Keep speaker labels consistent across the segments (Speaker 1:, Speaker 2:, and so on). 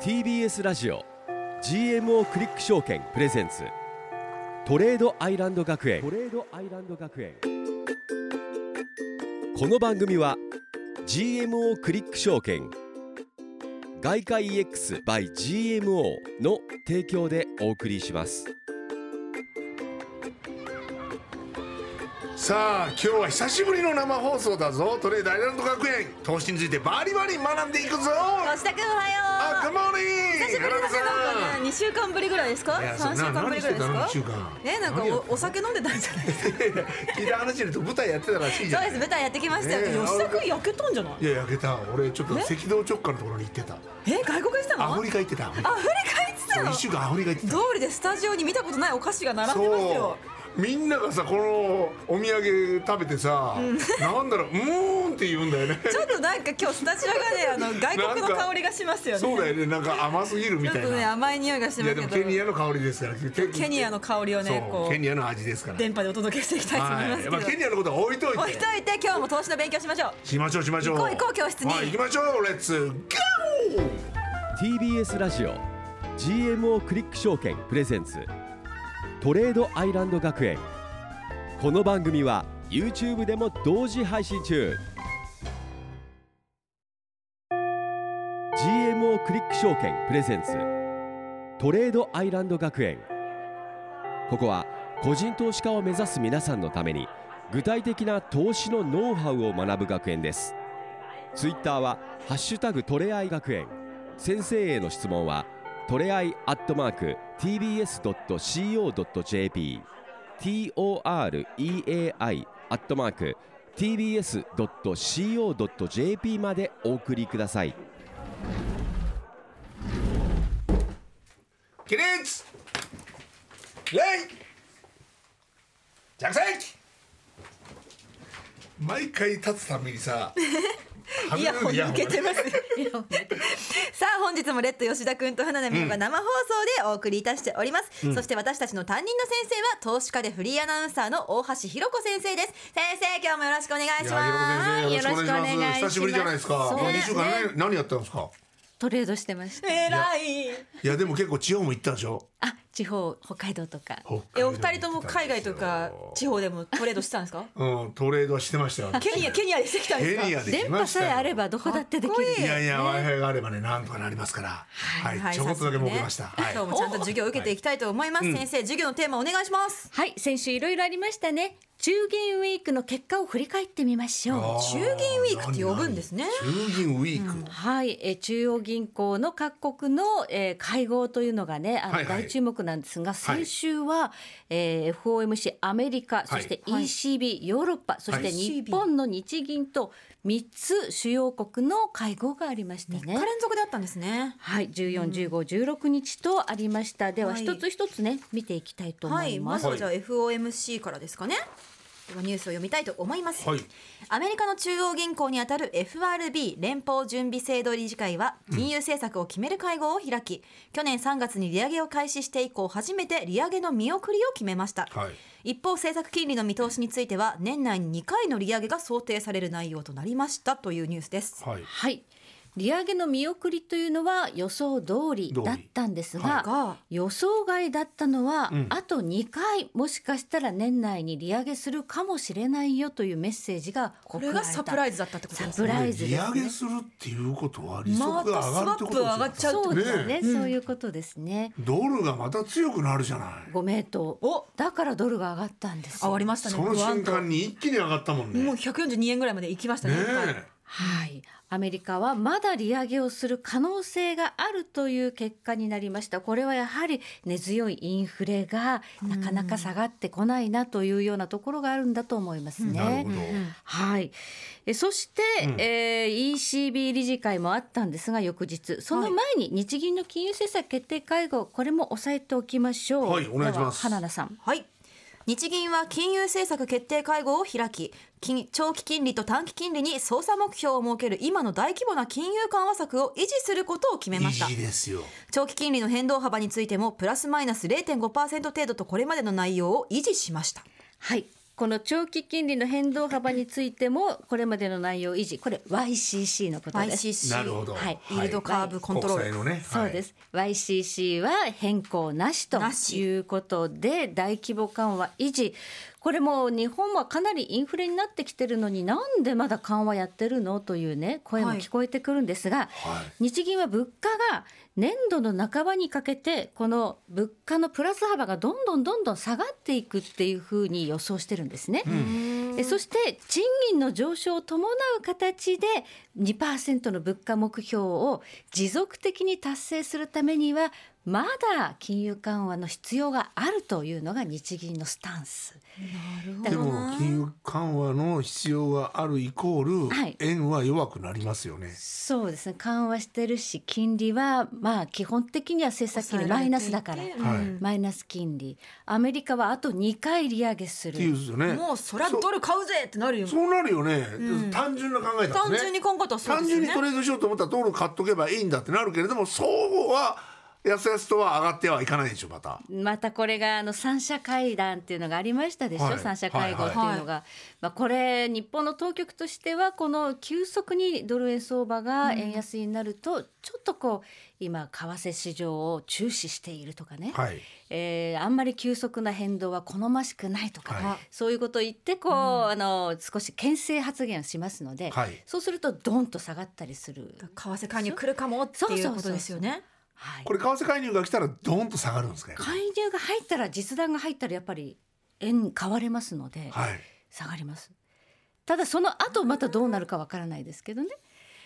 Speaker 1: TBS ラジオ GMO クリック証券プレゼンツトレードアイランド学園トレードアイランド学園この番組は GMO クリック証券外貨 EX by GMO の提供でお送りします
Speaker 2: さあ今日は久しぶりの生放送だぞトレーダーアイランド学園投資についてバリバリ学んでいくぞ
Speaker 3: 吉田君お
Speaker 2: あ
Speaker 3: は
Speaker 2: グ
Speaker 3: よ
Speaker 2: モーニ
Speaker 3: う
Speaker 2: ン
Speaker 3: 久しぶりだねなんかね2週間ぶりぐらいですか
Speaker 2: いや
Speaker 3: 3週
Speaker 2: そうな
Speaker 3: 間ぶりぐらいです
Speaker 2: 何
Speaker 3: か
Speaker 2: してたの二週間
Speaker 3: ねなんか
Speaker 2: 何やってた
Speaker 3: おお酒飲んでたんじゃないですか
Speaker 2: 聞いた話で言うと舞台やってたらしいじ
Speaker 3: そ
Speaker 2: ゃ
Speaker 3: うんです舞台やってきましたよ、
Speaker 2: ねえ
Speaker 3: 吉田君焼けたんじゃない
Speaker 2: いや焼けた俺ちょっと
Speaker 3: ね
Speaker 2: 赤道直下のところに行ってた
Speaker 3: え外国行ってたの
Speaker 2: アフリカ行ってたアフリ
Speaker 3: アフリカ行ってた
Speaker 2: カ
Speaker 3: の
Speaker 2: 一週間アフリカ行って
Speaker 3: 通
Speaker 2: た
Speaker 3: りでスタジオに見たことないお菓子が並んでますよ
Speaker 2: うみんながさこのお土産食べてさ、なんだろううーんって言うんだよ ね
Speaker 3: ちょっとなんか今日スタジオがねあの外国の香りがしますよね
Speaker 2: そうだよねなんか甘すぎるみ
Speaker 3: ち
Speaker 2: た
Speaker 3: ょっ
Speaker 2: いな
Speaker 3: とね甘い匂いがして
Speaker 2: い
Speaker 3: ま
Speaker 2: や
Speaker 3: す
Speaker 2: でも
Speaker 3: け
Speaker 2: ケ
Speaker 3: ど
Speaker 2: ニアの香りですから
Speaker 3: ケニアの香りをね
Speaker 2: そう
Speaker 3: こ
Speaker 2: ケ
Speaker 3: う
Speaker 2: ニアの味ですから
Speaker 3: 電波でお届けしていきたいと思いますけど、
Speaker 2: まあ、ケニアのことは置いといて
Speaker 3: 置いといて今日も投資の勉強しましょう
Speaker 2: しましょうしましょう
Speaker 3: 行こう行こう教室に
Speaker 2: はい、行きましょうレッツゴー
Speaker 1: TBS ラジオ GMO クリック証券プレゼンツトレードアイランド学園この番組は YouTube でも同時配信中 GMO クリック証券プレゼンツトレードアイランド学園ここは個人投資家を目指す皆さんのために具体的な投資のノウハウを学ぶ学園ですツイッターは「ハッシュタグトレアイ学園」先生への質問はトレアイアットマーク TBS.CO.JP TOREAI アットマーク TBS.CO.JP までお送りください
Speaker 2: 起立礼着席毎回立つために さ
Speaker 3: イヤホン抜けてますよさあ本日もレッド吉田君と花田美穂が生放送でお送りいたしております、そして私たちの担任の先生は投資家でフリーアナウンサーの大橋ひろ子先生です先生今日もよろしくお願い
Speaker 2: い
Speaker 3: し
Speaker 2: や
Speaker 3: ま
Speaker 2: ひろこ先生よろしくお願いします
Speaker 4: よろ
Speaker 2: 久し
Speaker 4: しくお願いします
Speaker 2: ぶりじゃないですか
Speaker 4: そう
Speaker 2: この2週間何何やったんですか
Speaker 4: トレードしてまし
Speaker 3: す
Speaker 4: た。
Speaker 3: えらい
Speaker 2: いやでも結構地方も行ったでしょ
Speaker 4: あ、地方北海道とか。
Speaker 3: えお二人とも海外とか地方でもトレードしてたんですか
Speaker 2: うんトレードはしてましたよ
Speaker 3: ケニアケニアでしてきたんです
Speaker 2: ケ
Speaker 3: か
Speaker 2: ニアで
Speaker 4: 電
Speaker 2: 来ま
Speaker 4: 波
Speaker 2: した
Speaker 4: さ
Speaker 2: よ
Speaker 4: えあればどこだってできる。
Speaker 2: いやいや Wi-Fi があればねなんとかなりますからはい、ちょこっとだけ儲けました、
Speaker 3: 早速ね今日もちゃんと授業を受けていきたいと思います、先生授業のテーマお願いします
Speaker 4: はい、先週いろいろありましたね。中銀ウィークの結果を振り返ってみましょ
Speaker 3: 中銀ウィークって呼ぶんですね
Speaker 2: 中銀ウィーク、
Speaker 4: う。はい、えー中央銀行の各国の、えー会合というのがね、あの、
Speaker 2: はいはい
Speaker 4: 大注目なんですが、先週は、えー FOMC アメリカ、そして ECB ヨーロッパ、そし
Speaker 2: は
Speaker 4: て
Speaker 2: い
Speaker 4: 日本の日銀と3つ主要国の会合がありましたね。
Speaker 3: 3日連続であったんですね
Speaker 4: はい、十四、十五、十六日とありました。では
Speaker 3: はい
Speaker 4: 一つ一つね、見ていきたいと思
Speaker 3: はいい、ま
Speaker 4: ます。
Speaker 3: ずはじゃあ FOMC からですかね。ではニュースを読みたいと思います、
Speaker 2: はい
Speaker 3: アメリカの中央銀行にあたる FRB 連邦準備制度理事会は金融政策を決める会合を開き、去年3月に利上げを開始して以降初めて利上げの見送りを決めました、
Speaker 2: はい
Speaker 3: 一方政策金利の見通しについては年内に2回の利上げが想定される内容となりましたというニュースです、
Speaker 2: はい
Speaker 4: はい。利上げの見送りというのは予想通りだったんですが、
Speaker 3: が
Speaker 4: 予想外だったのは、
Speaker 2: うん
Speaker 4: あと2回もしかしたら年内に利上げするかもしれないよというメッセージが
Speaker 3: こ
Speaker 4: 国
Speaker 3: れがサプラ
Speaker 4: イ
Speaker 3: イズだったってことです
Speaker 4: サプ
Speaker 3: ね
Speaker 4: ライズですね
Speaker 2: 利上げするっていうことは利息
Speaker 3: また
Speaker 2: が
Speaker 3: ス
Speaker 2: 上がるっ
Speaker 3: ワ
Speaker 2: て
Speaker 3: ッ
Speaker 2: こ
Speaker 3: プ
Speaker 2: と
Speaker 3: 上がっ
Speaker 2: で
Speaker 3: ち
Speaker 2: す
Speaker 3: ゃ
Speaker 2: よ
Speaker 3: うって
Speaker 4: そ
Speaker 3: こと
Speaker 4: うですね
Speaker 2: ね
Speaker 4: そういうことですね。
Speaker 2: ドルがまた強くなるじゃない
Speaker 4: ご名答。
Speaker 3: お
Speaker 4: だからドルが上がったんですよ。
Speaker 3: ありましたね
Speaker 2: その
Speaker 3: グワン
Speaker 2: 瞬
Speaker 3: と
Speaker 2: 間に一気に上がったもんね
Speaker 3: もう
Speaker 2: ね
Speaker 3: 142円ぐらいまで行きましたね。はい
Speaker 2: え
Speaker 4: はい、アメリカはまだ利上げをする可能性があるという結果になりました。これはやはり根強いインフレがなかなか下がってこないなというようなところがあるんだと思います
Speaker 2: なる
Speaker 4: ね
Speaker 2: ほ。ど、
Speaker 4: はい、えそして、
Speaker 2: うん
Speaker 4: えー ECB 理事会もあったんですが翌日その前に日銀の金融政策決定会合これも押さえておきましょう。
Speaker 2: はいお願いします
Speaker 4: では花田さん
Speaker 3: はい。日銀は金融政策決定会合を開き、金長期金利と短期金利に操作目標を設ける今の大規模な金融緩和策を維持することを決めました
Speaker 2: いい。ですよ
Speaker 3: 長期金利の変動幅についてもプラスマイナス0.5%程度とこれまでの内容を維持しました。
Speaker 4: はい。この長期金利の変動幅についてもこれまでの内容維持これ YCC のことです。
Speaker 3: YCC
Speaker 2: なるほど
Speaker 4: はい
Speaker 3: イールドカーブコントロール、
Speaker 2: 国債のね、はい
Speaker 4: そうです、YCC は変更なしと
Speaker 3: なし
Speaker 4: いうことで大規模緩和維持これも日本はかなりインフレになってきてるのになんでまだ緩和やってるのというね声も聞こえてくるんですが、
Speaker 2: はい
Speaker 4: 日銀は物価が年度の半ばにかけてこの物価のプラス幅がどんどんどんどん下がっていくっていうふうに予想してるんですね。えそして賃金の上昇を伴う形で2%の物価目標を持続的に達成するためにはまだ金融緩和の必要があるというのが日銀のスタンス。だ
Speaker 2: で
Speaker 4: から
Speaker 2: も金融緩和の必要があるイコール、
Speaker 4: はい
Speaker 2: 円は弱くなりますよね。
Speaker 4: そうですね緩和してるし金利はまあ基本的には政策金利マイナスだから。
Speaker 2: はい
Speaker 4: マイナス金利アメリカはあと2回利上げす
Speaker 2: っていうん
Speaker 4: る
Speaker 2: ですよね。
Speaker 3: もうそりゃドル買うぜってなるよ
Speaker 2: そうなるよね。単純な考えだと
Speaker 3: 単
Speaker 2: ね。
Speaker 3: 純に考えたらそう
Speaker 2: 単
Speaker 3: ですよ
Speaker 2: 純に
Speaker 3: ね
Speaker 2: トレードしようと思ったらドル買っとけばいいんだってなるけれども、相互はやすやすとは上がってはいかないでしょまた。
Speaker 4: またこれがあの三者会談っていうのがありましたでしょ、
Speaker 2: はい
Speaker 4: 三者会合っていうのが、
Speaker 3: はい
Speaker 4: まあ、これ日本の当局としてはこの急速にドル円相場が円安になるとちょっとこう今為替市場を注視しているとかね、
Speaker 2: はい。
Speaker 4: えーあんまり急速な変動は好ましくないとか、
Speaker 2: はい
Speaker 4: そういうことを言ってこう、あの少し牽制発言をしますので、
Speaker 2: はい
Speaker 4: そうするとドンと下がったりする。
Speaker 3: 為替介入来るかもっていうことですよね
Speaker 4: はい
Speaker 2: これ為替介入が来たらドーンと下がるんですか。やっぱ
Speaker 4: 介
Speaker 2: り
Speaker 4: 入が入ったら実弾が入ったらやっぱり円買われますので
Speaker 2: はい。
Speaker 4: 下がります、ただその後またどうなるかわからないですけどね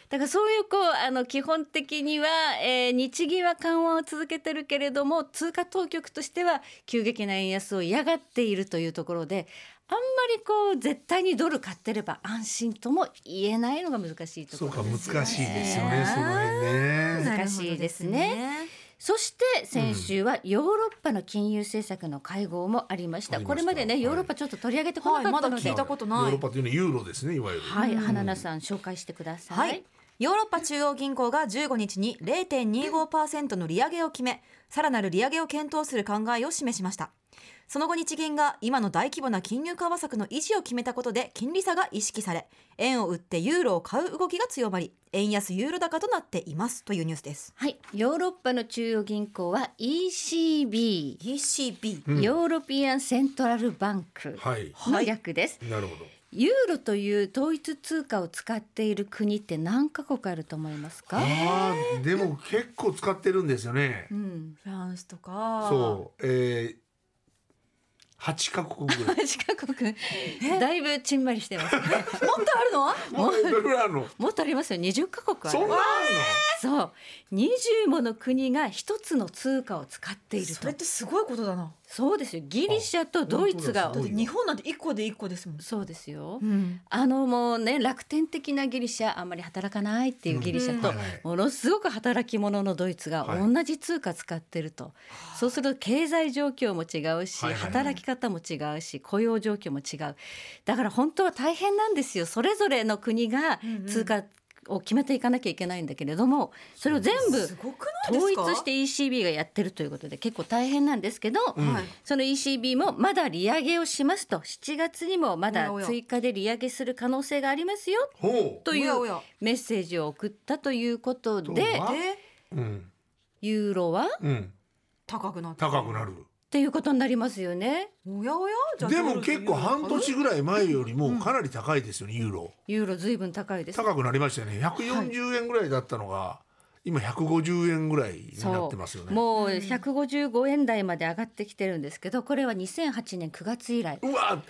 Speaker 4: だからそういうこうあの基本的には、えー日銀は緩和を続けてるけれども通貨当局としては急激な円安を嫌がっているというところであんまりこう絶対にドル買ってれば安心とも言えないのが難しいとこ
Speaker 2: そ
Speaker 4: ろ
Speaker 2: うか
Speaker 4: です
Speaker 2: 難
Speaker 4: ね
Speaker 2: しいですよね。その辺ね。
Speaker 4: 難しいですね
Speaker 3: なるほどですね
Speaker 4: そして先週はヨーロッパの金融政策の会合もありました。
Speaker 2: ありました
Speaker 4: これまでね、
Speaker 2: はい
Speaker 4: ヨーロッパちょっと取り上げてこ
Speaker 3: は
Speaker 4: なかっ
Speaker 3: いま
Speaker 4: た
Speaker 3: だ
Speaker 4: ので、
Speaker 3: 聞
Speaker 4: はいい、
Speaker 3: たこと
Speaker 2: ヨ
Speaker 3: な
Speaker 2: ーロ
Speaker 3: い
Speaker 2: ッパというのはユーロですね。いわゆる。
Speaker 4: 花菜さん紹介してください。
Speaker 3: はい、ヨーロッパ中央銀行が15日に0.25%の利上げを決めさらなる利上げを検討する考えを示しましたその後日銀が今の大規模な金融緩和策の維持を決めたことで金利差が意識され円を売ってユーロを買う動きが強まり円安ユーロ高となっていますというニュースです
Speaker 4: はい、ヨーロッパの中央銀行は ECB、
Speaker 3: ECB
Speaker 4: ヨーロピアンセントラルバンク
Speaker 2: はい。
Speaker 4: の略です。
Speaker 2: なるほど。
Speaker 4: ユーロという統一通貨を使っている国って何カ国あると思いますか？
Speaker 2: ああでも結構使ってるんですよね
Speaker 4: う。ん、
Speaker 3: フランスとか
Speaker 2: そう。えー8カ国ぐら い。
Speaker 4: 8カ国。だいぶちんまりしてま す。
Speaker 3: もっとあるの
Speaker 2: もうどれぐらいあるの？
Speaker 4: もっとありますよ、20カ国ある。
Speaker 2: そんなあ
Speaker 4: そう20もの国が一つの通貨を使っている
Speaker 3: そ
Speaker 4: と
Speaker 3: れってすごいことだな
Speaker 4: そうですよギリシャとドイツ
Speaker 2: あ
Speaker 4: が
Speaker 2: 本当だすごい
Speaker 3: 日本なんて1個で1個ですもん
Speaker 4: そうですよ
Speaker 3: うん
Speaker 4: あのもうね楽天的なギリシャあんまり働かないっていうギリシャと、
Speaker 2: うんはい
Speaker 4: ものすごく働き者のドイツが
Speaker 2: はい
Speaker 4: 同じ通貨使ってると、そうすると経済状況も違うし、
Speaker 2: はいはい
Speaker 4: 働き方も違うし雇用状況も違うだから本当は大変なんですよそれぞれの国が通貨を決めていかなきゃいけないんだけれどもそれを全部
Speaker 3: すごくないで
Speaker 4: 統
Speaker 3: す
Speaker 4: 一
Speaker 3: か
Speaker 4: して ECB がやってるということで結構大変なんですけど、
Speaker 2: ん
Speaker 3: はい
Speaker 4: その ECB もまだ利上げをしますと7月にもまだ
Speaker 3: おやおや
Speaker 4: 追加で利上げする可能性がありますよ
Speaker 2: るの。ほ
Speaker 4: とい
Speaker 3: おやお
Speaker 4: う
Speaker 3: や
Speaker 4: メッセージを送ったということ
Speaker 2: う。
Speaker 4: で
Speaker 2: どう
Speaker 3: え
Speaker 2: うん
Speaker 4: ユーロはっ
Speaker 2: うん
Speaker 3: 高くなって
Speaker 2: 高くなる。
Speaker 4: ていうことになりますよね
Speaker 3: おやおやじゃあ
Speaker 2: でも結構半年ぐらい前よりもかなり高いですよねユーロ。
Speaker 4: ユーロずいぶん高いです
Speaker 2: 高くなりましたよね。140円ぐらいだったのが今150円ぐらいになってますよね。
Speaker 4: もう155円台まで上がってきてるんですけどこれは2008年9月以来
Speaker 2: うわ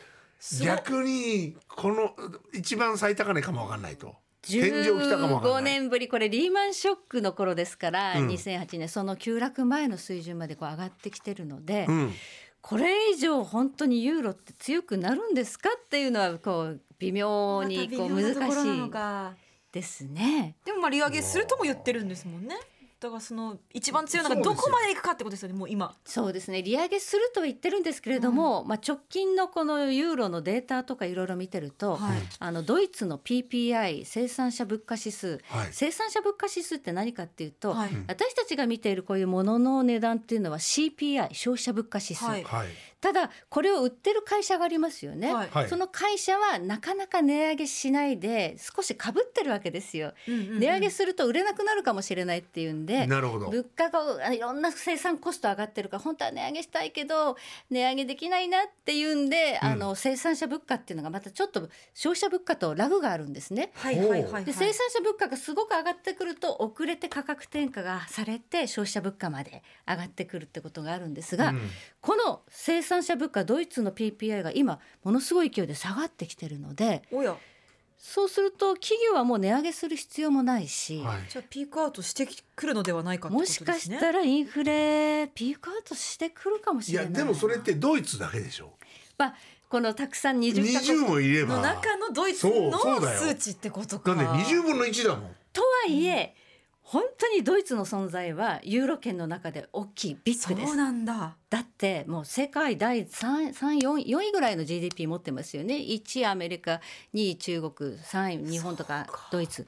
Speaker 2: 逆にこの一番最高値かもわかんないと天井来たかもわか
Speaker 4: 15
Speaker 2: んない
Speaker 4: 年ぶりこれリーマンショックの頃ですから、
Speaker 2: うん
Speaker 4: 2008年その急落前の水準までこう上がってきてるので、
Speaker 2: うん
Speaker 4: これ以上本当にユーロって強くなるんですかっていうのはこう微妙にこう難しいですね。
Speaker 3: でもまあ利上げするとも言ってるんですもんねだからその一番強いのが
Speaker 2: そうですよ
Speaker 3: どこまでいくかってことですよねもう今
Speaker 4: そうですね利上げするとは言ってるんですけれども、まあ、直近のこのユーロのデータとかいろいろ見てると、
Speaker 3: はい
Speaker 4: あのドイツの PPI 生産者物価指数、
Speaker 2: はい
Speaker 4: 生産者物価指数って何かっていうと、
Speaker 3: はい
Speaker 4: 私たちが見ているこういうものの値段っていうのは CPI 消費者物価指数、
Speaker 3: はい
Speaker 2: はい
Speaker 4: ただこれを売ってる会社がありますよね、
Speaker 3: はい
Speaker 2: はい
Speaker 4: その会社はなかなか値上げしないで少しかぶってるわけですよ、値上げすると売れなくなるかもしれないっていうんで
Speaker 2: なるほど
Speaker 4: 物価があいろんな生産コスト上がってるから本当は値上げしたいけど値上げできないなっていうんで、
Speaker 2: うん
Speaker 4: あの生産者物価っていうのがまたちょっと消費者物価とラグがあるんですね。
Speaker 3: はいはいはい、はい、
Speaker 4: で生産者物価がすごく上がってくると遅れて価格転嫁がされて消費者物価まで上がってくるってことがあるんですが、
Speaker 2: うん
Speaker 4: この生産者物価ドイツの PPI が今ものすごい勢いで下がってきてるので
Speaker 3: おや
Speaker 4: そうすると企業はもう値上げする必要もないし、
Speaker 2: はい
Speaker 3: じゃあピークアウトしてくるのではないかってこ
Speaker 4: も
Speaker 3: とです
Speaker 4: し
Speaker 3: ね
Speaker 4: かしたらインフレピークアウトしてくるかもし
Speaker 2: い
Speaker 4: れ
Speaker 2: や
Speaker 4: ない。
Speaker 2: でもそれってドイツだけでしょ
Speaker 4: まあこのたくさん20カ
Speaker 2: 20
Speaker 4: 国
Speaker 2: もいれば
Speaker 3: の
Speaker 2: なんで
Speaker 3: 中のドイツの
Speaker 2: そうそうだよ
Speaker 3: 数値ってことか
Speaker 2: 20分の1だもん
Speaker 4: とはいえ本当にドイツの存在はユーロ圏の中で大きいビッ
Speaker 3: そ
Speaker 4: グです
Speaker 3: う。なんだ
Speaker 4: だってもう世界第3 3 4 4位ぐらいの GDP 持ってますよね1位アメリカ2位中国3位日本とかドイツ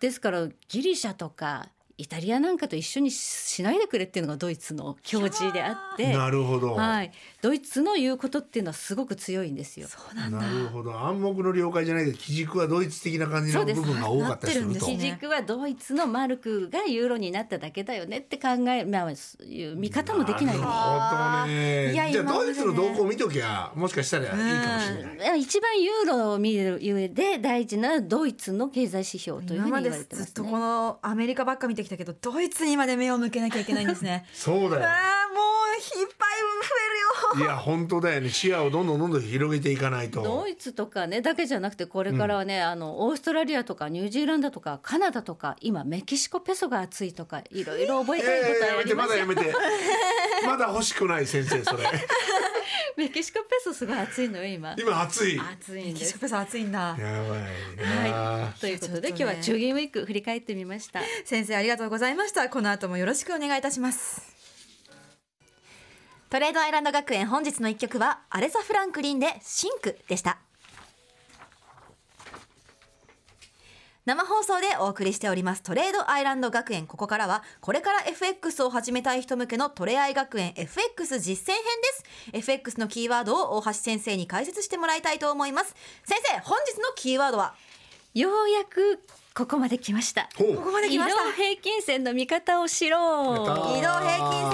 Speaker 4: ですからギリシャとかイタリアなんかと一緒にしないでくれっていうのがドイツの教示であって、
Speaker 2: なるほど、
Speaker 4: はい、ドイツの言うことっていうのはすごく強いんですよ。
Speaker 3: そうなんだ
Speaker 2: なるほど暗黙の了解じゃないけど基軸はドイツ的な感じの部分が多かったりすると
Speaker 3: そうで
Speaker 4: 基
Speaker 3: す
Speaker 4: 軸はドイツのマルクがユーロになっただけだよねって考え、まあ、そういう見方もでき
Speaker 2: る
Speaker 4: ないで
Speaker 2: ほ
Speaker 4: す
Speaker 2: どね
Speaker 3: いや
Speaker 2: じゃあ
Speaker 3: 今ま
Speaker 2: ド
Speaker 3: で
Speaker 2: イ
Speaker 3: ね
Speaker 2: ツの動向を見ときゃもしかしたらいいかもしれない、
Speaker 4: うん一番ユーロを見る上で大事なドイツの経済指標というふう
Speaker 3: 今
Speaker 4: に
Speaker 3: まで
Speaker 4: 言われてま
Speaker 3: ずっ
Speaker 4: す
Speaker 3: と
Speaker 4: ね
Speaker 3: こ。のアメリカばっか見てきたけどドイツにまで目を向けなきゃいけないんですね
Speaker 2: そう
Speaker 3: うわ
Speaker 2: だ よ
Speaker 3: あもういっぱい増
Speaker 2: いや本当だよね視野をどんどんどんどん広げていかないと
Speaker 4: ドイツとかねだけじゃなくてこれからはね、あのオーストラリアとかニュージーランドとかカナダとか今メキシコペソが熱いとかいろいろ覚え
Speaker 2: え
Speaker 4: たいこ
Speaker 2: え
Speaker 4: と
Speaker 2: や
Speaker 4: はあ
Speaker 2: め
Speaker 4: り
Speaker 2: て
Speaker 4: ま
Speaker 2: ますだ
Speaker 4: よ、
Speaker 2: やめてまだ欲しくない先生それ
Speaker 4: メキシコペソすごい熱いのよ今
Speaker 2: 今暑いや
Speaker 4: 熱
Speaker 3: え
Speaker 4: い
Speaker 3: るよ
Speaker 4: んで
Speaker 3: ケチャ
Speaker 4: す
Speaker 3: ップさん暑いんだ
Speaker 2: ばいな、
Speaker 4: はいというこ
Speaker 3: ちょ
Speaker 4: とで、
Speaker 3: っとね
Speaker 4: 今日は中銀ウィーク振り返ってみました
Speaker 3: 先生ありがとうございましたこの後もよろしくお願いいたしますトレードアイランド学園本日の一曲はアレサ・フランクリンでシンクでした生放送でお送りしておりますトレードアイランド学園ここからはこれから FX を始めたい人向けのトレアイ学園 FX 実践編です FX のキーワードを大橋先生に解説してもらいたいと思います先生本日のキーワードは
Speaker 4: ようやくここまで来ました
Speaker 2: ほう
Speaker 3: ここまで来まし
Speaker 4: 移動平均線の見方を知ろ
Speaker 2: やった
Speaker 4: う
Speaker 2: ー
Speaker 3: 移動平均線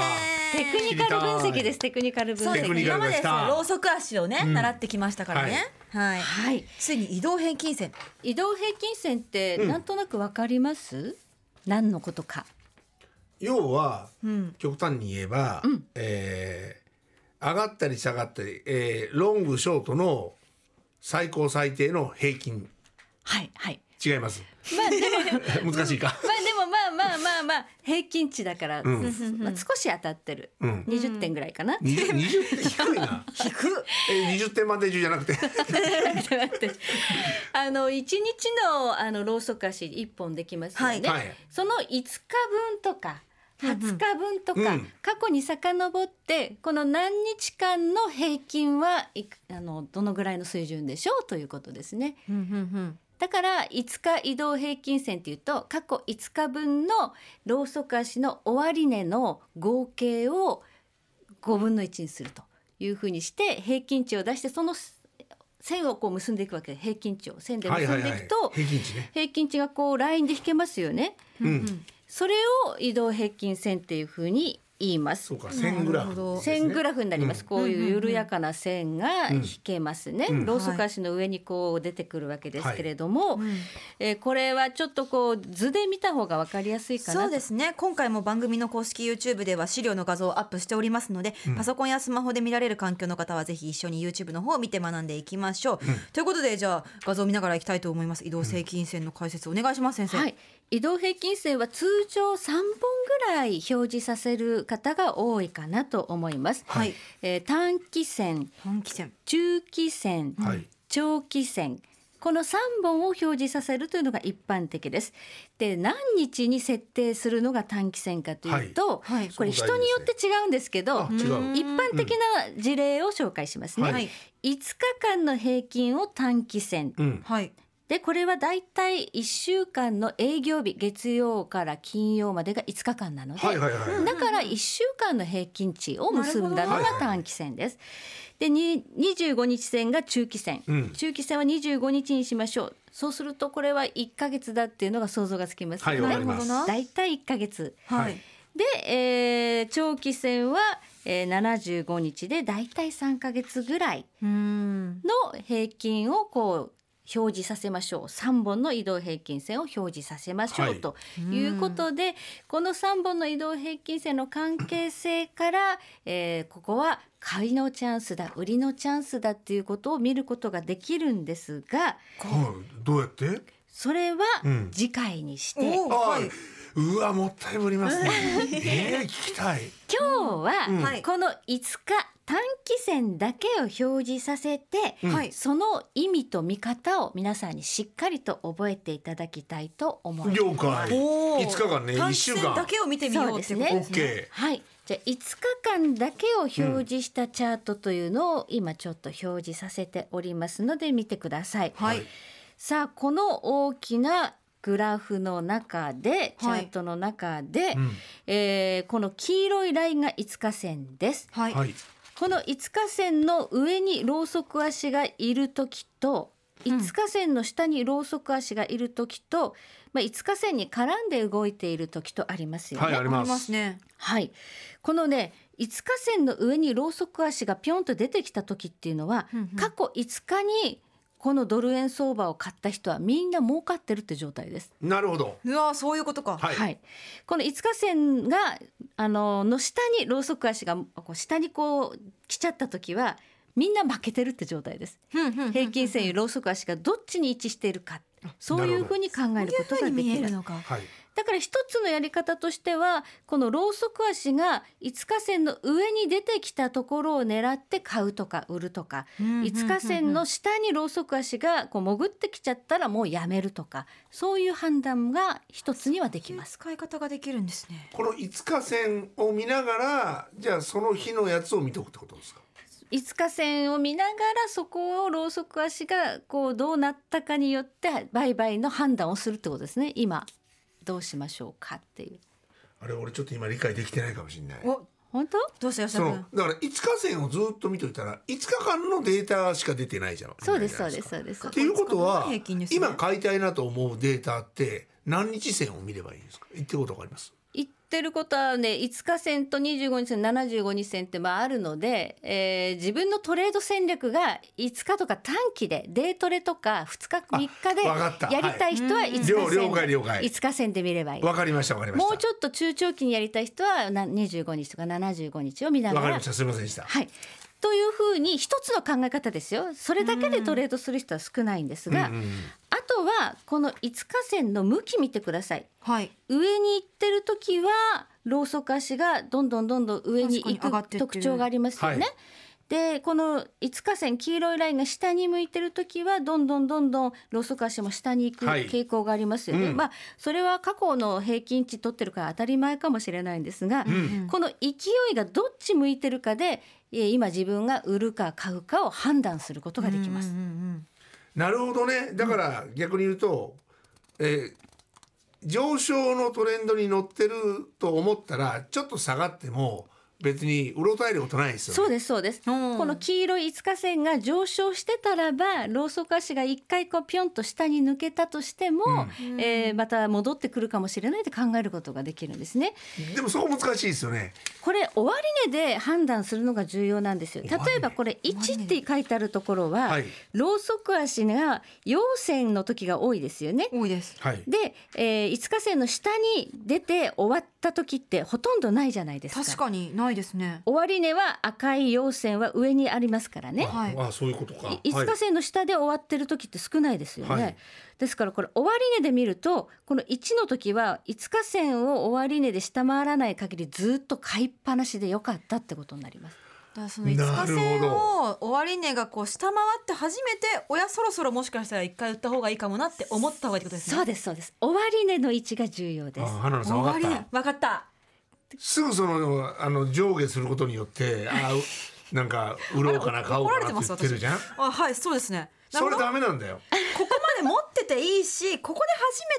Speaker 4: テクニカル分析ですテクニカル分
Speaker 3: そうです
Speaker 2: テク
Speaker 4: 析
Speaker 2: ニカ
Speaker 3: 今
Speaker 2: ル
Speaker 3: ま
Speaker 2: が
Speaker 3: で
Speaker 2: 来
Speaker 3: そ
Speaker 2: た
Speaker 3: のローソク足をね、
Speaker 2: うん
Speaker 3: 習ってきましたからね。はい。
Speaker 4: はい
Speaker 3: ついに移動平均線。
Speaker 4: 移動平均線って
Speaker 2: ん
Speaker 4: なんとなくわかります、何のことか
Speaker 2: 要は
Speaker 3: うん。
Speaker 2: 極端に言えば、
Speaker 4: うん
Speaker 2: えー上がったり下がったり、えーロングショートの最高最低の平均
Speaker 4: はいはい
Speaker 2: 違います
Speaker 4: ま あでも
Speaker 2: 難しいか、
Speaker 4: まあでもまあまあまあまあ平均値だから、
Speaker 2: うん
Speaker 4: まあ、少し当たってる
Speaker 2: うん、
Speaker 4: 20点ぐらいかな、
Speaker 2: 20, 20点低いな
Speaker 3: 引く。
Speaker 2: え20点満点中じゃなくて
Speaker 4: ちょっと待ってあの一日のあのローソク足一本できますよね、
Speaker 2: はいはい
Speaker 4: その5日分とか
Speaker 3: うんうん
Speaker 4: 20日分とか、
Speaker 2: うん
Speaker 4: 過去に遡ってこの何日間の平均はいくあのどのぐらいの水準でしょうということですね。
Speaker 3: うんうん
Speaker 4: だから5日移動平均線っていうと過去5日分のローソク足の終値の合計を5分の1にするというふうにして平均値を出してその線をこう結んでいくわけで平均値を線で
Speaker 2: はい
Speaker 4: 結
Speaker 2: はい
Speaker 4: んでい
Speaker 2: は
Speaker 4: く
Speaker 2: い
Speaker 4: と、
Speaker 2: 平均値ね
Speaker 4: 平均値がこうラインで引けますよね。
Speaker 2: うん、
Speaker 4: それを移動平均線っていうふうに言います
Speaker 2: そう。か線グラ
Speaker 3: な
Speaker 2: フ
Speaker 3: るほど
Speaker 2: ですね
Speaker 4: 線グラフになります、
Speaker 2: うん
Speaker 4: こういう緩やかな線が引けますね、
Speaker 2: うんうん
Speaker 4: ローソク足の上にこう出てくるわけですけれども、
Speaker 3: うん。
Speaker 4: えーこれはちょっとこう図で見た方がわかりやすいかな
Speaker 3: そうですすね今回も番組の公式 YouTube では資料の画像をアップしておりますので、パソコンやスマホで見られる環境の方はぜひ一緒に YouTube の方を見て学んでいきましょう、ということでじゃあ画像を見ながらいきたいと思います移動平均線の解説お願いします先生、
Speaker 4: はい、移動平均線は通常3本ぐらい表示させる方が多いかなと思います、
Speaker 3: はい
Speaker 4: えー短期線
Speaker 3: 短期線
Speaker 4: 中期線、
Speaker 2: はい
Speaker 4: 長期線この3本を表示させるというのが一般的です。で何日に設定するのが短期線かというと、
Speaker 3: はいはい
Speaker 4: これ人によって違うんですけど
Speaker 2: あ違う
Speaker 4: 一般的な事例を紹介しますね、
Speaker 2: はい
Speaker 4: 5日間の平均を短期線
Speaker 2: うん
Speaker 3: はい
Speaker 4: でこれはだいたい1週間の営業日月曜から金曜までが5日間なので、
Speaker 2: はいはいはい
Speaker 4: だから1週間の平均値を結んだの
Speaker 2: なる
Speaker 4: が
Speaker 2: ほど
Speaker 4: 短期戦です。でに25日線が中期戦、
Speaker 2: うん
Speaker 4: 中期戦は25日にしましょうそうするとこれは1か月だっていうのが想像がつきますよ
Speaker 2: はい
Speaker 4: ね。
Speaker 2: わかります
Speaker 4: だいたい1か月
Speaker 2: は
Speaker 3: はいい。
Speaker 4: で、えー長期戦は、えー、75日でだいたい3か月ぐらい
Speaker 3: うん。
Speaker 4: の平均をこう表示させましょう3本の移動平均線を表示させましょう、
Speaker 2: はい
Speaker 4: ということでこの3本の移動平均線の関係性から、えーここは買いのチャンスだ売りのチャンスだっていうことを見ることができるんですが
Speaker 2: はいどうやって
Speaker 4: それは
Speaker 2: うん
Speaker 4: 次回にして、
Speaker 3: おう
Speaker 2: あ
Speaker 3: はい。
Speaker 2: うわもったいぶりますねええ聞きたい
Speaker 4: 今
Speaker 2: うん
Speaker 4: 日
Speaker 3: は
Speaker 4: はいこの5日短期戦だけを表示させて、
Speaker 2: うん
Speaker 3: はい
Speaker 4: その意味と見方を皆さんにしっかりと覚えていただきたいと思います。
Speaker 2: 了解
Speaker 3: おー
Speaker 2: 5日間ね
Speaker 3: 短
Speaker 2: 1
Speaker 3: 期
Speaker 2: 週
Speaker 3: 戦
Speaker 2: 間
Speaker 3: だけを見てみようってこと
Speaker 4: そう
Speaker 2: オ
Speaker 4: で
Speaker 2: ッケ
Speaker 4: はい、じゃあ5日間だけを表示したチャートというのを今ちょっと表示させておりますので見てください。
Speaker 3: はい。
Speaker 4: さあこの大きなグラフの中でチ
Speaker 3: はい
Speaker 4: ャートの中で、
Speaker 2: ー
Speaker 4: えーこの黄色いラインが5日線です。
Speaker 3: は
Speaker 2: うん
Speaker 3: い。
Speaker 2: はい
Speaker 4: この五日線の上にロウソク足がいる時と
Speaker 3: うん
Speaker 4: 五日線の下にロウソク足がいる時と、まあ、五日線に絡んで動いている時とありますよね。
Speaker 2: はいありま
Speaker 3: ありますすね。
Speaker 4: はいこのね五日線の上にロウソク足がピョンと出てきた時っていうのは、
Speaker 3: うんうん
Speaker 4: 過去5日にこのドル円相場を買った人はみんな儲かってるって状態です。
Speaker 2: なるほど
Speaker 3: うわーそういうことか。
Speaker 2: はい
Speaker 4: はい、この五日線があのの下にロウソク足がこう下にこう来ちゃった時はみんな負けてるって状態です
Speaker 3: うんうんうん
Speaker 4: 平均線よりロウソク足がどっちに位置しているかそういうふうに考えること
Speaker 3: こうい
Speaker 4: が
Speaker 3: うふうに
Speaker 4: で
Speaker 3: 見
Speaker 4: き
Speaker 3: え
Speaker 4: る
Speaker 3: るのか。
Speaker 2: はい
Speaker 4: だから一つのやり方としてはこのロウソク足が五日線の上に出てきたところを狙って買うとか売るとか
Speaker 3: 五
Speaker 4: 五日線の下にロウソク足がこう潜ってきちゃったらもうやめるとかそういう判断が一つにはできます。
Speaker 3: 使い方ができるんですね。
Speaker 2: この5日線を見ながらじゃあその日のやつを見とくってことですか
Speaker 4: 5日線を見ながらそこをロウソク足がこうどうなったかによって売買の判断をするってことですね今どうしましょうかっていう
Speaker 2: あれ俺ちょっと今理解できてないかもしれない
Speaker 3: お
Speaker 4: 本当
Speaker 3: どうした
Speaker 2: そ
Speaker 3: 吉田
Speaker 2: の
Speaker 3: 君。
Speaker 2: だから5日線をずっと見といたら5日間のデータしか出てないじゃん
Speaker 4: そうです
Speaker 2: じ
Speaker 4: そ
Speaker 2: ゃな
Speaker 4: う
Speaker 2: い
Speaker 4: ですそうです
Speaker 2: っていうことは
Speaker 3: 平均ですね
Speaker 2: 今買いたいなと思うデータって何日線を見ればいいんですか言ってることわかります
Speaker 4: 言ってることはね5日線と25日線75日線ってまああるので、えー自分のトレード戦略が5日とか短期でデートレとか2日3日
Speaker 2: わかった
Speaker 4: でやりたい人は5日
Speaker 2: 了了解
Speaker 4: 線
Speaker 2: 了解
Speaker 4: 5日線で見ればいい
Speaker 2: わかりましたわかりました
Speaker 4: もうちょっと中長期にやりたい人はな25日とか75日を見な
Speaker 2: わ
Speaker 4: が
Speaker 2: かり
Speaker 4: ら
Speaker 2: ましたすみませんでした
Speaker 4: はい、というふうに一つの考え方ですよそれだけでトレードする人は少ないんですが、
Speaker 2: うんうんうん
Speaker 4: あとはこの5日線の向き見てください
Speaker 3: はい。
Speaker 4: 上に行ってる時はローソク足がどんどんどんどん上に行
Speaker 3: 確かに上がって
Speaker 4: く
Speaker 3: ってる
Speaker 4: 特徴がありますよね。
Speaker 2: はい
Speaker 4: でこの5日線黄色いラインが下に向いてる時はどんどんどんどんローソク足も下に行く
Speaker 2: はい
Speaker 4: 傾向がありますよね。
Speaker 2: うん
Speaker 4: まあそれは過去の平均値取ってるから当たり前かもしれないんですが、
Speaker 2: ん
Speaker 4: この勢いがどっち向いてるかでえー今自分が売るか買うかを判断することができます。
Speaker 3: うんうん
Speaker 2: なるほどねだから逆に言うと、えー上昇のトレンドに乗ってると思ったらちょっと下がっても別にうろたえることないですよね
Speaker 4: そうですそうです。
Speaker 3: うん
Speaker 4: この黄色い5日線が上昇してたらばロウソク足が一回こうピョンと下に抜けたとしても、えーまた戻ってくるかもしれないって考えることができるんですね。
Speaker 2: でもそこ難しいですよね。
Speaker 4: これ終値で判断するのが重要なんですよ。例えばこれ1って書いてあるところは、
Speaker 2: はい
Speaker 4: ロウソク足が陽線の時が多いですよね。
Speaker 3: 多いです。
Speaker 2: はい。
Speaker 4: で、えー、5日線の下に出て終わった時ってほとんどないじゃないですか。
Speaker 3: 確かにないですね。
Speaker 4: 終値は赤い陽線は上にありますからね。
Speaker 3: はい
Speaker 2: あ、そういうことか。
Speaker 4: い5日線の下で終わってる時って少ないですよね、
Speaker 2: はい
Speaker 4: ですからこれ終値で見るとこの1の時は5日線を終値で下回らない限りずっと買いっぱなしでよかったってことになります
Speaker 3: だからその5日
Speaker 2: な
Speaker 3: 線
Speaker 2: る
Speaker 3: を終値がこう下回って初めておやそろそろもしかしたら一回売った方がいいかもなって思った方がいいってことですね。
Speaker 4: そうですそうです終値の位置が重要
Speaker 2: あ、
Speaker 4: です
Speaker 2: 花野さん分
Speaker 3: 終
Speaker 2: かっ
Speaker 3: 値
Speaker 2: た。
Speaker 3: わかった。
Speaker 2: すぐそのあの上下することによって、あ、うなんか売ろうかな買おう
Speaker 3: 怒
Speaker 2: か
Speaker 3: られて
Speaker 2: な
Speaker 3: ま
Speaker 2: って言
Speaker 3: す
Speaker 2: ってる
Speaker 3: 私。
Speaker 2: じゃん
Speaker 3: あ。はいそうですね。な
Speaker 2: それ
Speaker 3: るほどこ
Speaker 2: ダメなんだよ。
Speaker 3: こで持ってていいしここ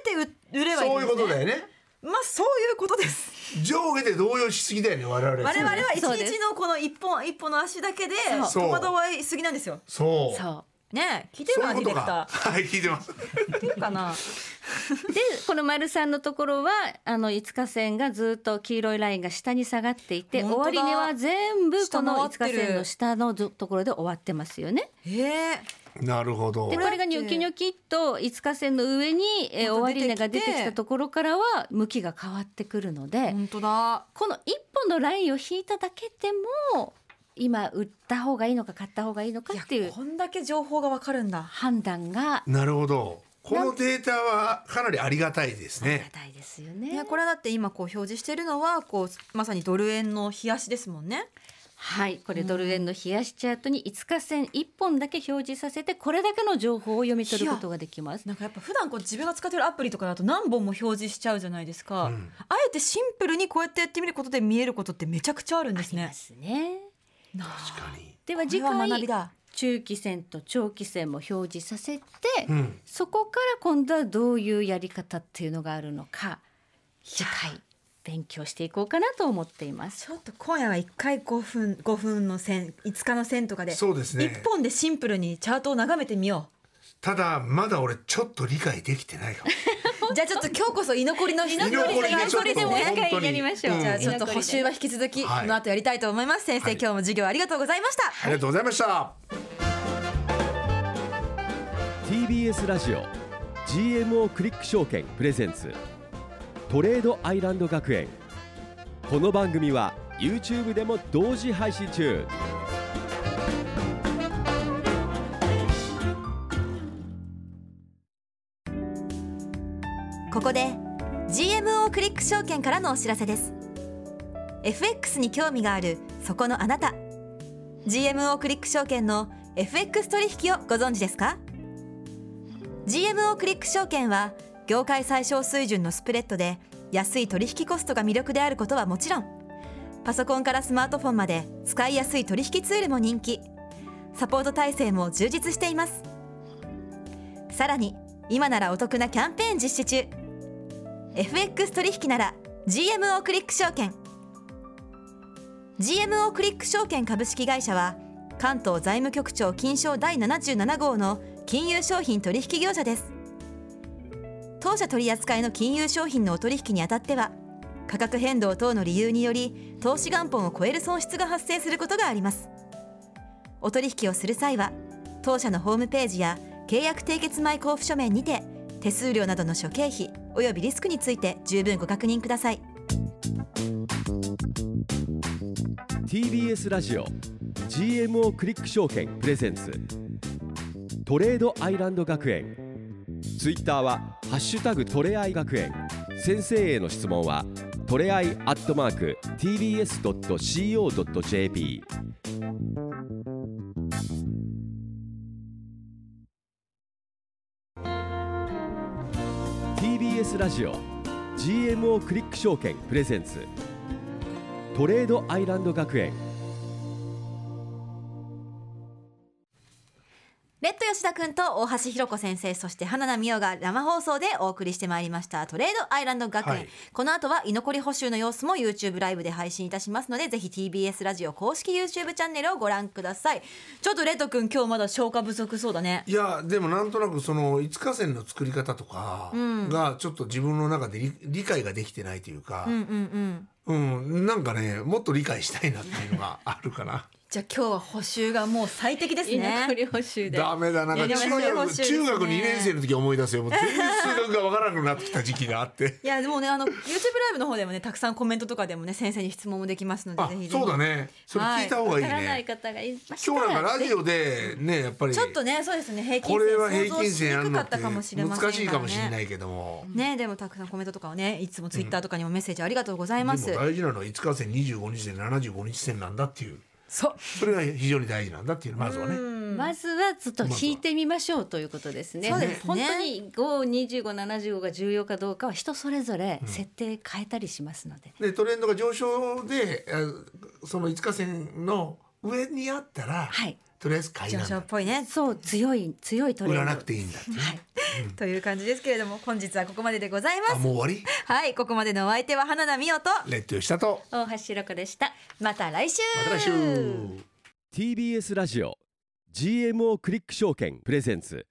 Speaker 3: で初めて売売ればいいん
Speaker 2: そう
Speaker 3: で
Speaker 2: いうこと
Speaker 3: すね
Speaker 2: だよね
Speaker 3: まあそういうことです
Speaker 2: 上下で動揺しすぎだよね我々
Speaker 3: 我々は一
Speaker 4: そうです
Speaker 3: 日のこの一本一本の足だけで
Speaker 2: そう
Speaker 3: 戸惑いすぎなんですよ
Speaker 2: そうそう
Speaker 4: そ
Speaker 3: ねえ聞いてるかな
Speaker 2: いう
Speaker 3: ディ
Speaker 2: こ
Speaker 3: レ
Speaker 2: と
Speaker 3: クタ
Speaker 2: かはい聞いてます
Speaker 3: ー聞いてるか な
Speaker 4: うでこの丸さんのところはあの五日線がずっと黄色いラインが下に下がっていて
Speaker 3: 本
Speaker 4: 終
Speaker 3: 当だ
Speaker 4: わり値は全部この五
Speaker 3: 下回
Speaker 4: 日
Speaker 3: ってる
Speaker 4: 線の下のずところで終わってますよね。
Speaker 3: ええ
Speaker 2: なるほど
Speaker 4: でこれがニョキニョキっと五日線の上に、えー、終
Speaker 3: また
Speaker 4: わ
Speaker 3: 出てきて
Speaker 4: り値が出てきたところからは向きが変わってくるので、
Speaker 3: 本当だ
Speaker 4: この一本のラインを引いただけでも今売った方がいいのか買った方がいいのか
Speaker 3: いや
Speaker 4: っていう
Speaker 3: こんだけ情報がわかるんだ
Speaker 4: 判断が
Speaker 2: なるほどこのデータはかなりありがたいですね
Speaker 4: 硬いですよね
Speaker 3: ね、これはだって今こう表示してるのはこうまさにドル円の冷やしですもんね。
Speaker 4: はいこれドル円の冷やしチャートに5日線1本だけ表示させてこれだけの情報を読み取ることができます
Speaker 3: なんかやっぱ普段こう自分が使ってるアプリとかだと何本も表示しちゃうじゃないですか、
Speaker 2: うん
Speaker 3: あえてシンプルにこうやってやってみることで見えることってめちゃくちゃあるんです
Speaker 4: で
Speaker 3: ね。
Speaker 4: すね
Speaker 3: な
Speaker 2: 確かに
Speaker 4: で
Speaker 3: あ
Speaker 4: は次
Speaker 3: これは学び
Speaker 4: 回
Speaker 3: だ
Speaker 4: 中期線と長期線も表示させて、
Speaker 2: うん
Speaker 4: そこから今度はどういうやり方っていうのがあるのか次回勉強していこうかなと思っています
Speaker 3: ちょっと今夜は一回5分5分の線5日の線とかで
Speaker 2: そうですね
Speaker 3: 1本でシンプルにチャートを眺めてみよ
Speaker 2: ただまだ俺ちょっと理解できてないか も
Speaker 3: うじゃあちょっと今日こそ居残りの日
Speaker 2: 居残りでちょっと
Speaker 4: 居残りでもう一回やりましょう
Speaker 2: 本当に
Speaker 3: じゃあ
Speaker 2: ん
Speaker 3: ちょっと補習は引き続き
Speaker 2: はい
Speaker 3: この後やりたいと思います、先生、
Speaker 2: はい
Speaker 3: 今日も授業ありがとうございました、
Speaker 2: ありがとうございました
Speaker 1: TBS ラジオ GMO クリック証券プレゼンツトレードアイランド学園この番組は YouTube でも同時配信中
Speaker 3: ここで GMO クリック証券からのお知らせです FX に興味があるそこのあなた GMO クリック証券の FX 取引をご存知ですか GMO クリック証券は業界最小水準のスプレッドで安い取引コストが魅力であることはもちろんパソコンからスマートフォンまで使いやすい取引ツールも人気サポート体制も充実していますさらに今ならお得なキャンペーン実施中 FX 取引なら GMO クリック証券 GMO クリック証券株式会社は関東財務局長金賞第77号の金融商品取引業者です当社取扱いの金融商品のお取引にあたっては価格変動等の理由により投資元本を超える損失が発生することがありますお取引をする際は当社のホームページや契約締結前交付書面にて手数料などの諸経費およびリスクについて十分ご確認ください
Speaker 1: TBS ラジオ GMO クリック証券プレゼンツトレードアイランド学園ツイッターは「ハッシュタグトレアイ学園」先生への質問はトレアイアットマーク TBS.CO.JP TBS ラジオ GMO クリック証券プレゼンツトレードアイランド学園
Speaker 3: レッド吉田君と大橋弘子先生そして花田美桜が生放送でお送りしてまいりましたトレードアイランド学園、
Speaker 2: はい
Speaker 3: この後は居残り補修の様子も YouTube ライブで配信いたしますのでぜひ TBS ラジオ公式 YouTube チャンネルをご覧くださいちょっとレッド君今日まだ消化不足そうだね
Speaker 2: いやでもなんとなくその五日線の作り方とかがちょっと自分の中で理理解ができてないというか、
Speaker 3: うんうんうん
Speaker 2: うん、なんかねもっと理解したいなっていうのがあるかな
Speaker 3: じゃあ今日は補修がもう最適 です
Speaker 4: 稲
Speaker 3: ね
Speaker 4: 刈り補修で
Speaker 2: ダメだなんか
Speaker 3: いやで
Speaker 2: 中
Speaker 3: もそれ欲
Speaker 2: 学
Speaker 3: しいですね
Speaker 2: 中学2年生の時思い出すよもう全然数学がわからなくなってきた時期があって
Speaker 3: いやでもねあの YouTube ライブの方でもねたくさんコメントとかでもね先生に質問もできますので
Speaker 2: あ
Speaker 3: ぜひぜひ
Speaker 2: そうだねそれ聞いた方がいい
Speaker 4: わからな
Speaker 2: ね
Speaker 4: い方がいました
Speaker 2: 今
Speaker 4: ら
Speaker 2: 日なんかラジオでねやっぱり
Speaker 3: ちょっとねそうですね平均
Speaker 2: これは
Speaker 3: 線
Speaker 2: 平
Speaker 3: 想像
Speaker 2: 均
Speaker 3: し
Speaker 2: 線やる
Speaker 3: にく
Speaker 2: の
Speaker 3: か
Speaker 2: っ
Speaker 3: ってたかも
Speaker 2: 難
Speaker 3: しれません
Speaker 2: しいかもしれ
Speaker 3: ね
Speaker 2: ないけども
Speaker 3: ねでもたくさんコメントとかをねいつも Twitter とかにもメッセージありがとうござい
Speaker 2: で
Speaker 3: ま
Speaker 2: も
Speaker 3: す、
Speaker 2: 大事なのは5日線25日線75日線なんだっていう
Speaker 3: そう
Speaker 2: それが非常に大事なんだっていうまずはね。
Speaker 4: まずはちょっと引いてみましょうということですね。
Speaker 3: そうですね
Speaker 4: 本当に五二十五七十五が重要かどうかは人それぞれ設定変えたりしますので。
Speaker 2: でトレンドが上昇であその5日線の上にあったら、
Speaker 4: はい
Speaker 2: とりあえず買い
Speaker 3: 上
Speaker 2: なん
Speaker 3: 昇っ
Speaker 2: だ
Speaker 3: ぽいね
Speaker 4: そう強い強いトレ
Speaker 2: 売
Speaker 4: ンド。
Speaker 2: らなくていいんだっていうね、
Speaker 4: はい。
Speaker 3: という感じですけれども本日はここまででございま
Speaker 2: あ
Speaker 3: す
Speaker 2: もう終わり
Speaker 3: はいここまでのお相手は花田美桜と
Speaker 2: レッド吉田と
Speaker 4: 大橋ろ子でした
Speaker 3: また来週
Speaker 2: また来週
Speaker 1: TBS ラジオ GMO クリック証券プレゼンツ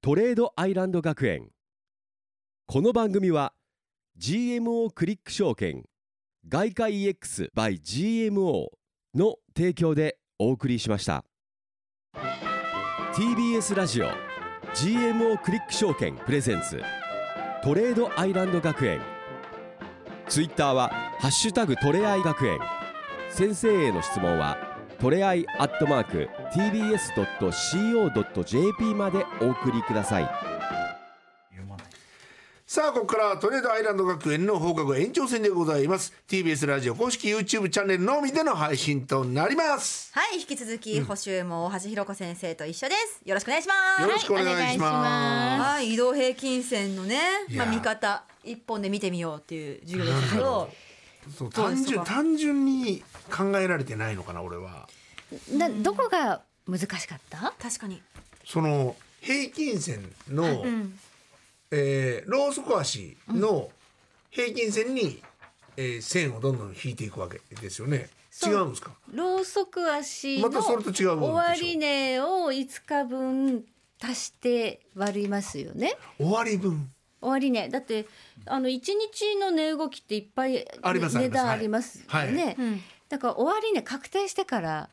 Speaker 1: トレードアイランド学園この番組は GMO クリック証券外貨 EX by GMO の提供でお送りしました TBS ラジオ GMO クリック証券プレゼンツトレードアイランド学園ツイッターは「ハッシュタグトレアイ学園」先生への質問はトレアイアットマーク TBS.CO.JP までお送りください
Speaker 2: さあここからはトレードアイランド学園の放課後延長戦でございます TBS ラジオ公式 YouTube チャンネルのみでの配信となります
Speaker 3: はい引き続き補習も大橋ひろ子先生と一緒ですよろしくお願いします
Speaker 2: よろしくお願いします
Speaker 3: はい、移動平均線のね、
Speaker 2: い
Speaker 3: ま
Speaker 2: や
Speaker 3: あ、見方一本で見てみようっていう授業ですけど
Speaker 2: そう
Speaker 3: どうで
Speaker 2: 単
Speaker 3: すか
Speaker 2: 純単純に考えられてないのかな俺は
Speaker 4: などこが難しかった
Speaker 3: 確かに、
Speaker 2: その平均線の、
Speaker 3: ん
Speaker 2: えーローソク足の平均線に、えー線をどんどん引いていくわけですよね違
Speaker 4: そう
Speaker 2: うんですか
Speaker 4: ロウソク足
Speaker 2: また
Speaker 4: の
Speaker 2: それと違うもんでしょ
Speaker 4: 終値を5日分足して割りますよね
Speaker 2: 終わり分
Speaker 4: 終値だってあの1日の値動きっていっぱい
Speaker 2: あります
Speaker 4: 値段
Speaker 2: あ
Speaker 4: あ
Speaker 2: り
Speaker 4: り
Speaker 2: ま
Speaker 4: ます
Speaker 2: す
Speaker 4: よね、
Speaker 2: は
Speaker 4: だから終値確定してから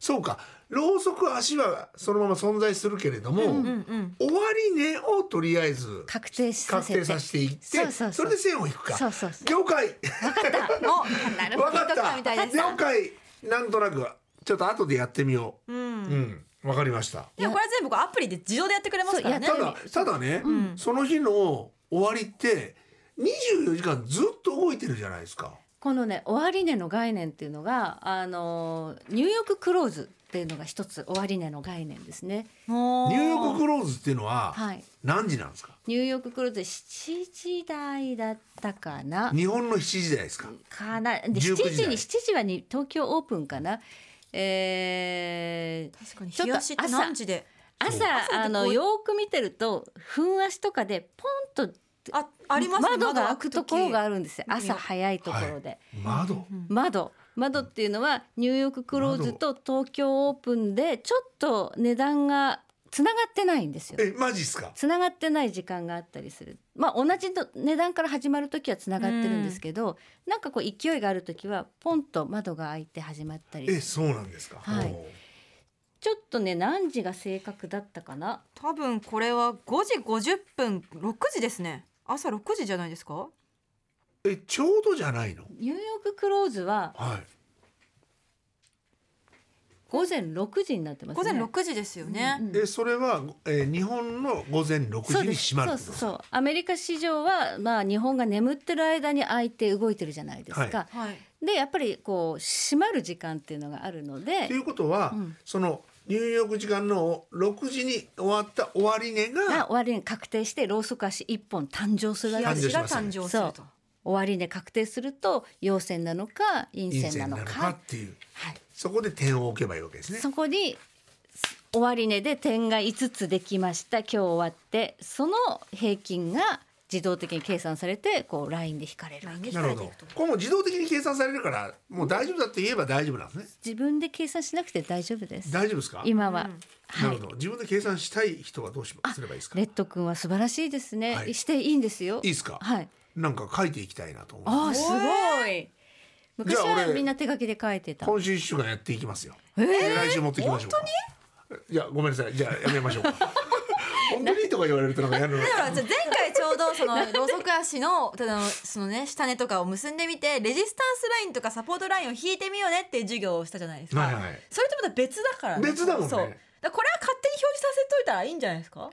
Speaker 2: そうかローソク足はそのまま存在するけれども、
Speaker 3: うんうん、
Speaker 2: 終わり値をとりあえず
Speaker 4: 確定さ
Speaker 2: 確
Speaker 4: せて
Speaker 2: 定させていって
Speaker 4: そうそうそう
Speaker 2: れで線を引くか
Speaker 4: そうそうそう
Speaker 2: 了解
Speaker 3: お なるほど
Speaker 2: 分かっ
Speaker 3: ピ
Speaker 2: た
Speaker 3: ンときみたいです
Speaker 2: 了解なんとなくちょっと後でやってみよう
Speaker 3: うん
Speaker 2: うん、わかりました。
Speaker 3: でもこれは全部こうアプリで自動でやってくれますからね
Speaker 2: ただ、ただね、その日の終わりって、24時間ずっと動いてるじゃないですか。
Speaker 4: このね終値の概念っていうのがあのニューヨーククローズっていうのが一つ終値の概念ですね
Speaker 3: もう
Speaker 2: ニューヨーククローズっていうのは
Speaker 4: はい、
Speaker 2: 何時なんですか。
Speaker 4: ニューヨーククローズ7時台だったかな
Speaker 2: 日本の7時台ですか。
Speaker 4: かなで
Speaker 2: 19
Speaker 4: 7
Speaker 2: 時
Speaker 4: 時
Speaker 2: 台
Speaker 4: に7時はに東京オープンかなえー
Speaker 3: 確かに
Speaker 4: ちょっ
Speaker 3: 日
Speaker 4: と
Speaker 3: 足って何時で
Speaker 4: 朝
Speaker 3: う
Speaker 4: あのよーく見てると粉足とかでポンと
Speaker 3: あありますね
Speaker 4: 窓が開く
Speaker 3: 窓
Speaker 4: と
Speaker 3: 時
Speaker 4: ころがあるんですよ
Speaker 3: 見てみよ
Speaker 4: 朝
Speaker 3: う
Speaker 4: 早いところで、
Speaker 2: 窓。
Speaker 4: 窓窓っていうのはニューヨーククローズと東京オープンでちょっと値段がつながってないんですよ。
Speaker 2: え、マジですか。
Speaker 4: つながってない時間があったりする、まあ、同じと値段から始まる時はつながってるんですけど、なんかこう勢いがある時はポンと窓が開いて始まったり
Speaker 2: え、そうなんですか。
Speaker 4: はい
Speaker 2: おー
Speaker 4: ちょっとね何時が正確だったかな
Speaker 3: 多分これは5時50分6時ですね朝6時じゃないですか
Speaker 2: え、ちょうどじゃないの。
Speaker 4: ニューヨーククローズは
Speaker 2: はい。
Speaker 4: 午前6時になってます
Speaker 3: 午
Speaker 4: ね
Speaker 3: 前6時ですよね、
Speaker 2: え、それは、えー、日本の午前6
Speaker 4: そう
Speaker 2: 時
Speaker 4: で
Speaker 2: に
Speaker 4: す
Speaker 2: 閉まる
Speaker 4: そ
Speaker 2: って
Speaker 4: うそ
Speaker 2: こ
Speaker 4: う
Speaker 2: と
Speaker 4: そうアメリカ市場はまあ日本が眠ってる間に開いて動いてるじゃないですか、
Speaker 3: はい
Speaker 4: でやっぱりこう閉まる時間っていうのがあるので
Speaker 2: ということは、
Speaker 4: うん
Speaker 2: そのニューヨーク時間の6時に終わった終わり値
Speaker 4: が
Speaker 2: が。
Speaker 4: 終わりに確定してローソク足1本誕生するわ
Speaker 3: 日
Speaker 4: けです
Speaker 3: 足
Speaker 4: よ
Speaker 3: が誕生すると
Speaker 4: そう終わり値確定すると陽線なのか陰
Speaker 2: 陰
Speaker 4: 線
Speaker 2: 線
Speaker 4: な
Speaker 2: なの
Speaker 4: のか
Speaker 2: かっていう。
Speaker 4: はい、
Speaker 2: そこで点を置けばいいわけですね。
Speaker 4: そこに終わり値で点が5つできました今日終わってその平均が自動的に計算されてこうラインで引かれるわけ
Speaker 3: 毎日
Speaker 2: なるほど。これも自動的に計算されるから、もう大丈夫だって言えば大丈夫なんですね。
Speaker 4: 自分で計算しなくて大丈夫です
Speaker 2: 大丈夫ですか。
Speaker 4: 今は、
Speaker 2: な
Speaker 4: は
Speaker 2: る
Speaker 4: い
Speaker 2: ほど。自分で計算したい人はどうしますればいいですか。
Speaker 4: レ
Speaker 2: い
Speaker 4: ッド君は素晴らしいですね、
Speaker 2: はい
Speaker 4: していいんですよ
Speaker 2: いですか。
Speaker 4: はい
Speaker 2: なんか書いていきたいなと思う。
Speaker 4: ああすごい昔
Speaker 2: じゃあ
Speaker 4: は
Speaker 2: 俺
Speaker 4: みんな手書きで書いてた
Speaker 2: 今週一週間やっていきますよ。
Speaker 4: えー
Speaker 2: 来週持ってきましょうか。本当に？いやごめんなさい。じゃあやめましょうか。本当にとか言われるとなんかやるの。
Speaker 3: だからじゃあ前回ちょうどそのロウソク足のただのそのね下根とかを結んでみてレジスタンスラインとかサポートラインを引いてみようねっていう授業をしたじゃないですか、
Speaker 2: はいはい
Speaker 3: それとまた別だから
Speaker 2: 別だもんね
Speaker 3: そうだからこれは勝手に表示させといたらいいんじゃないですか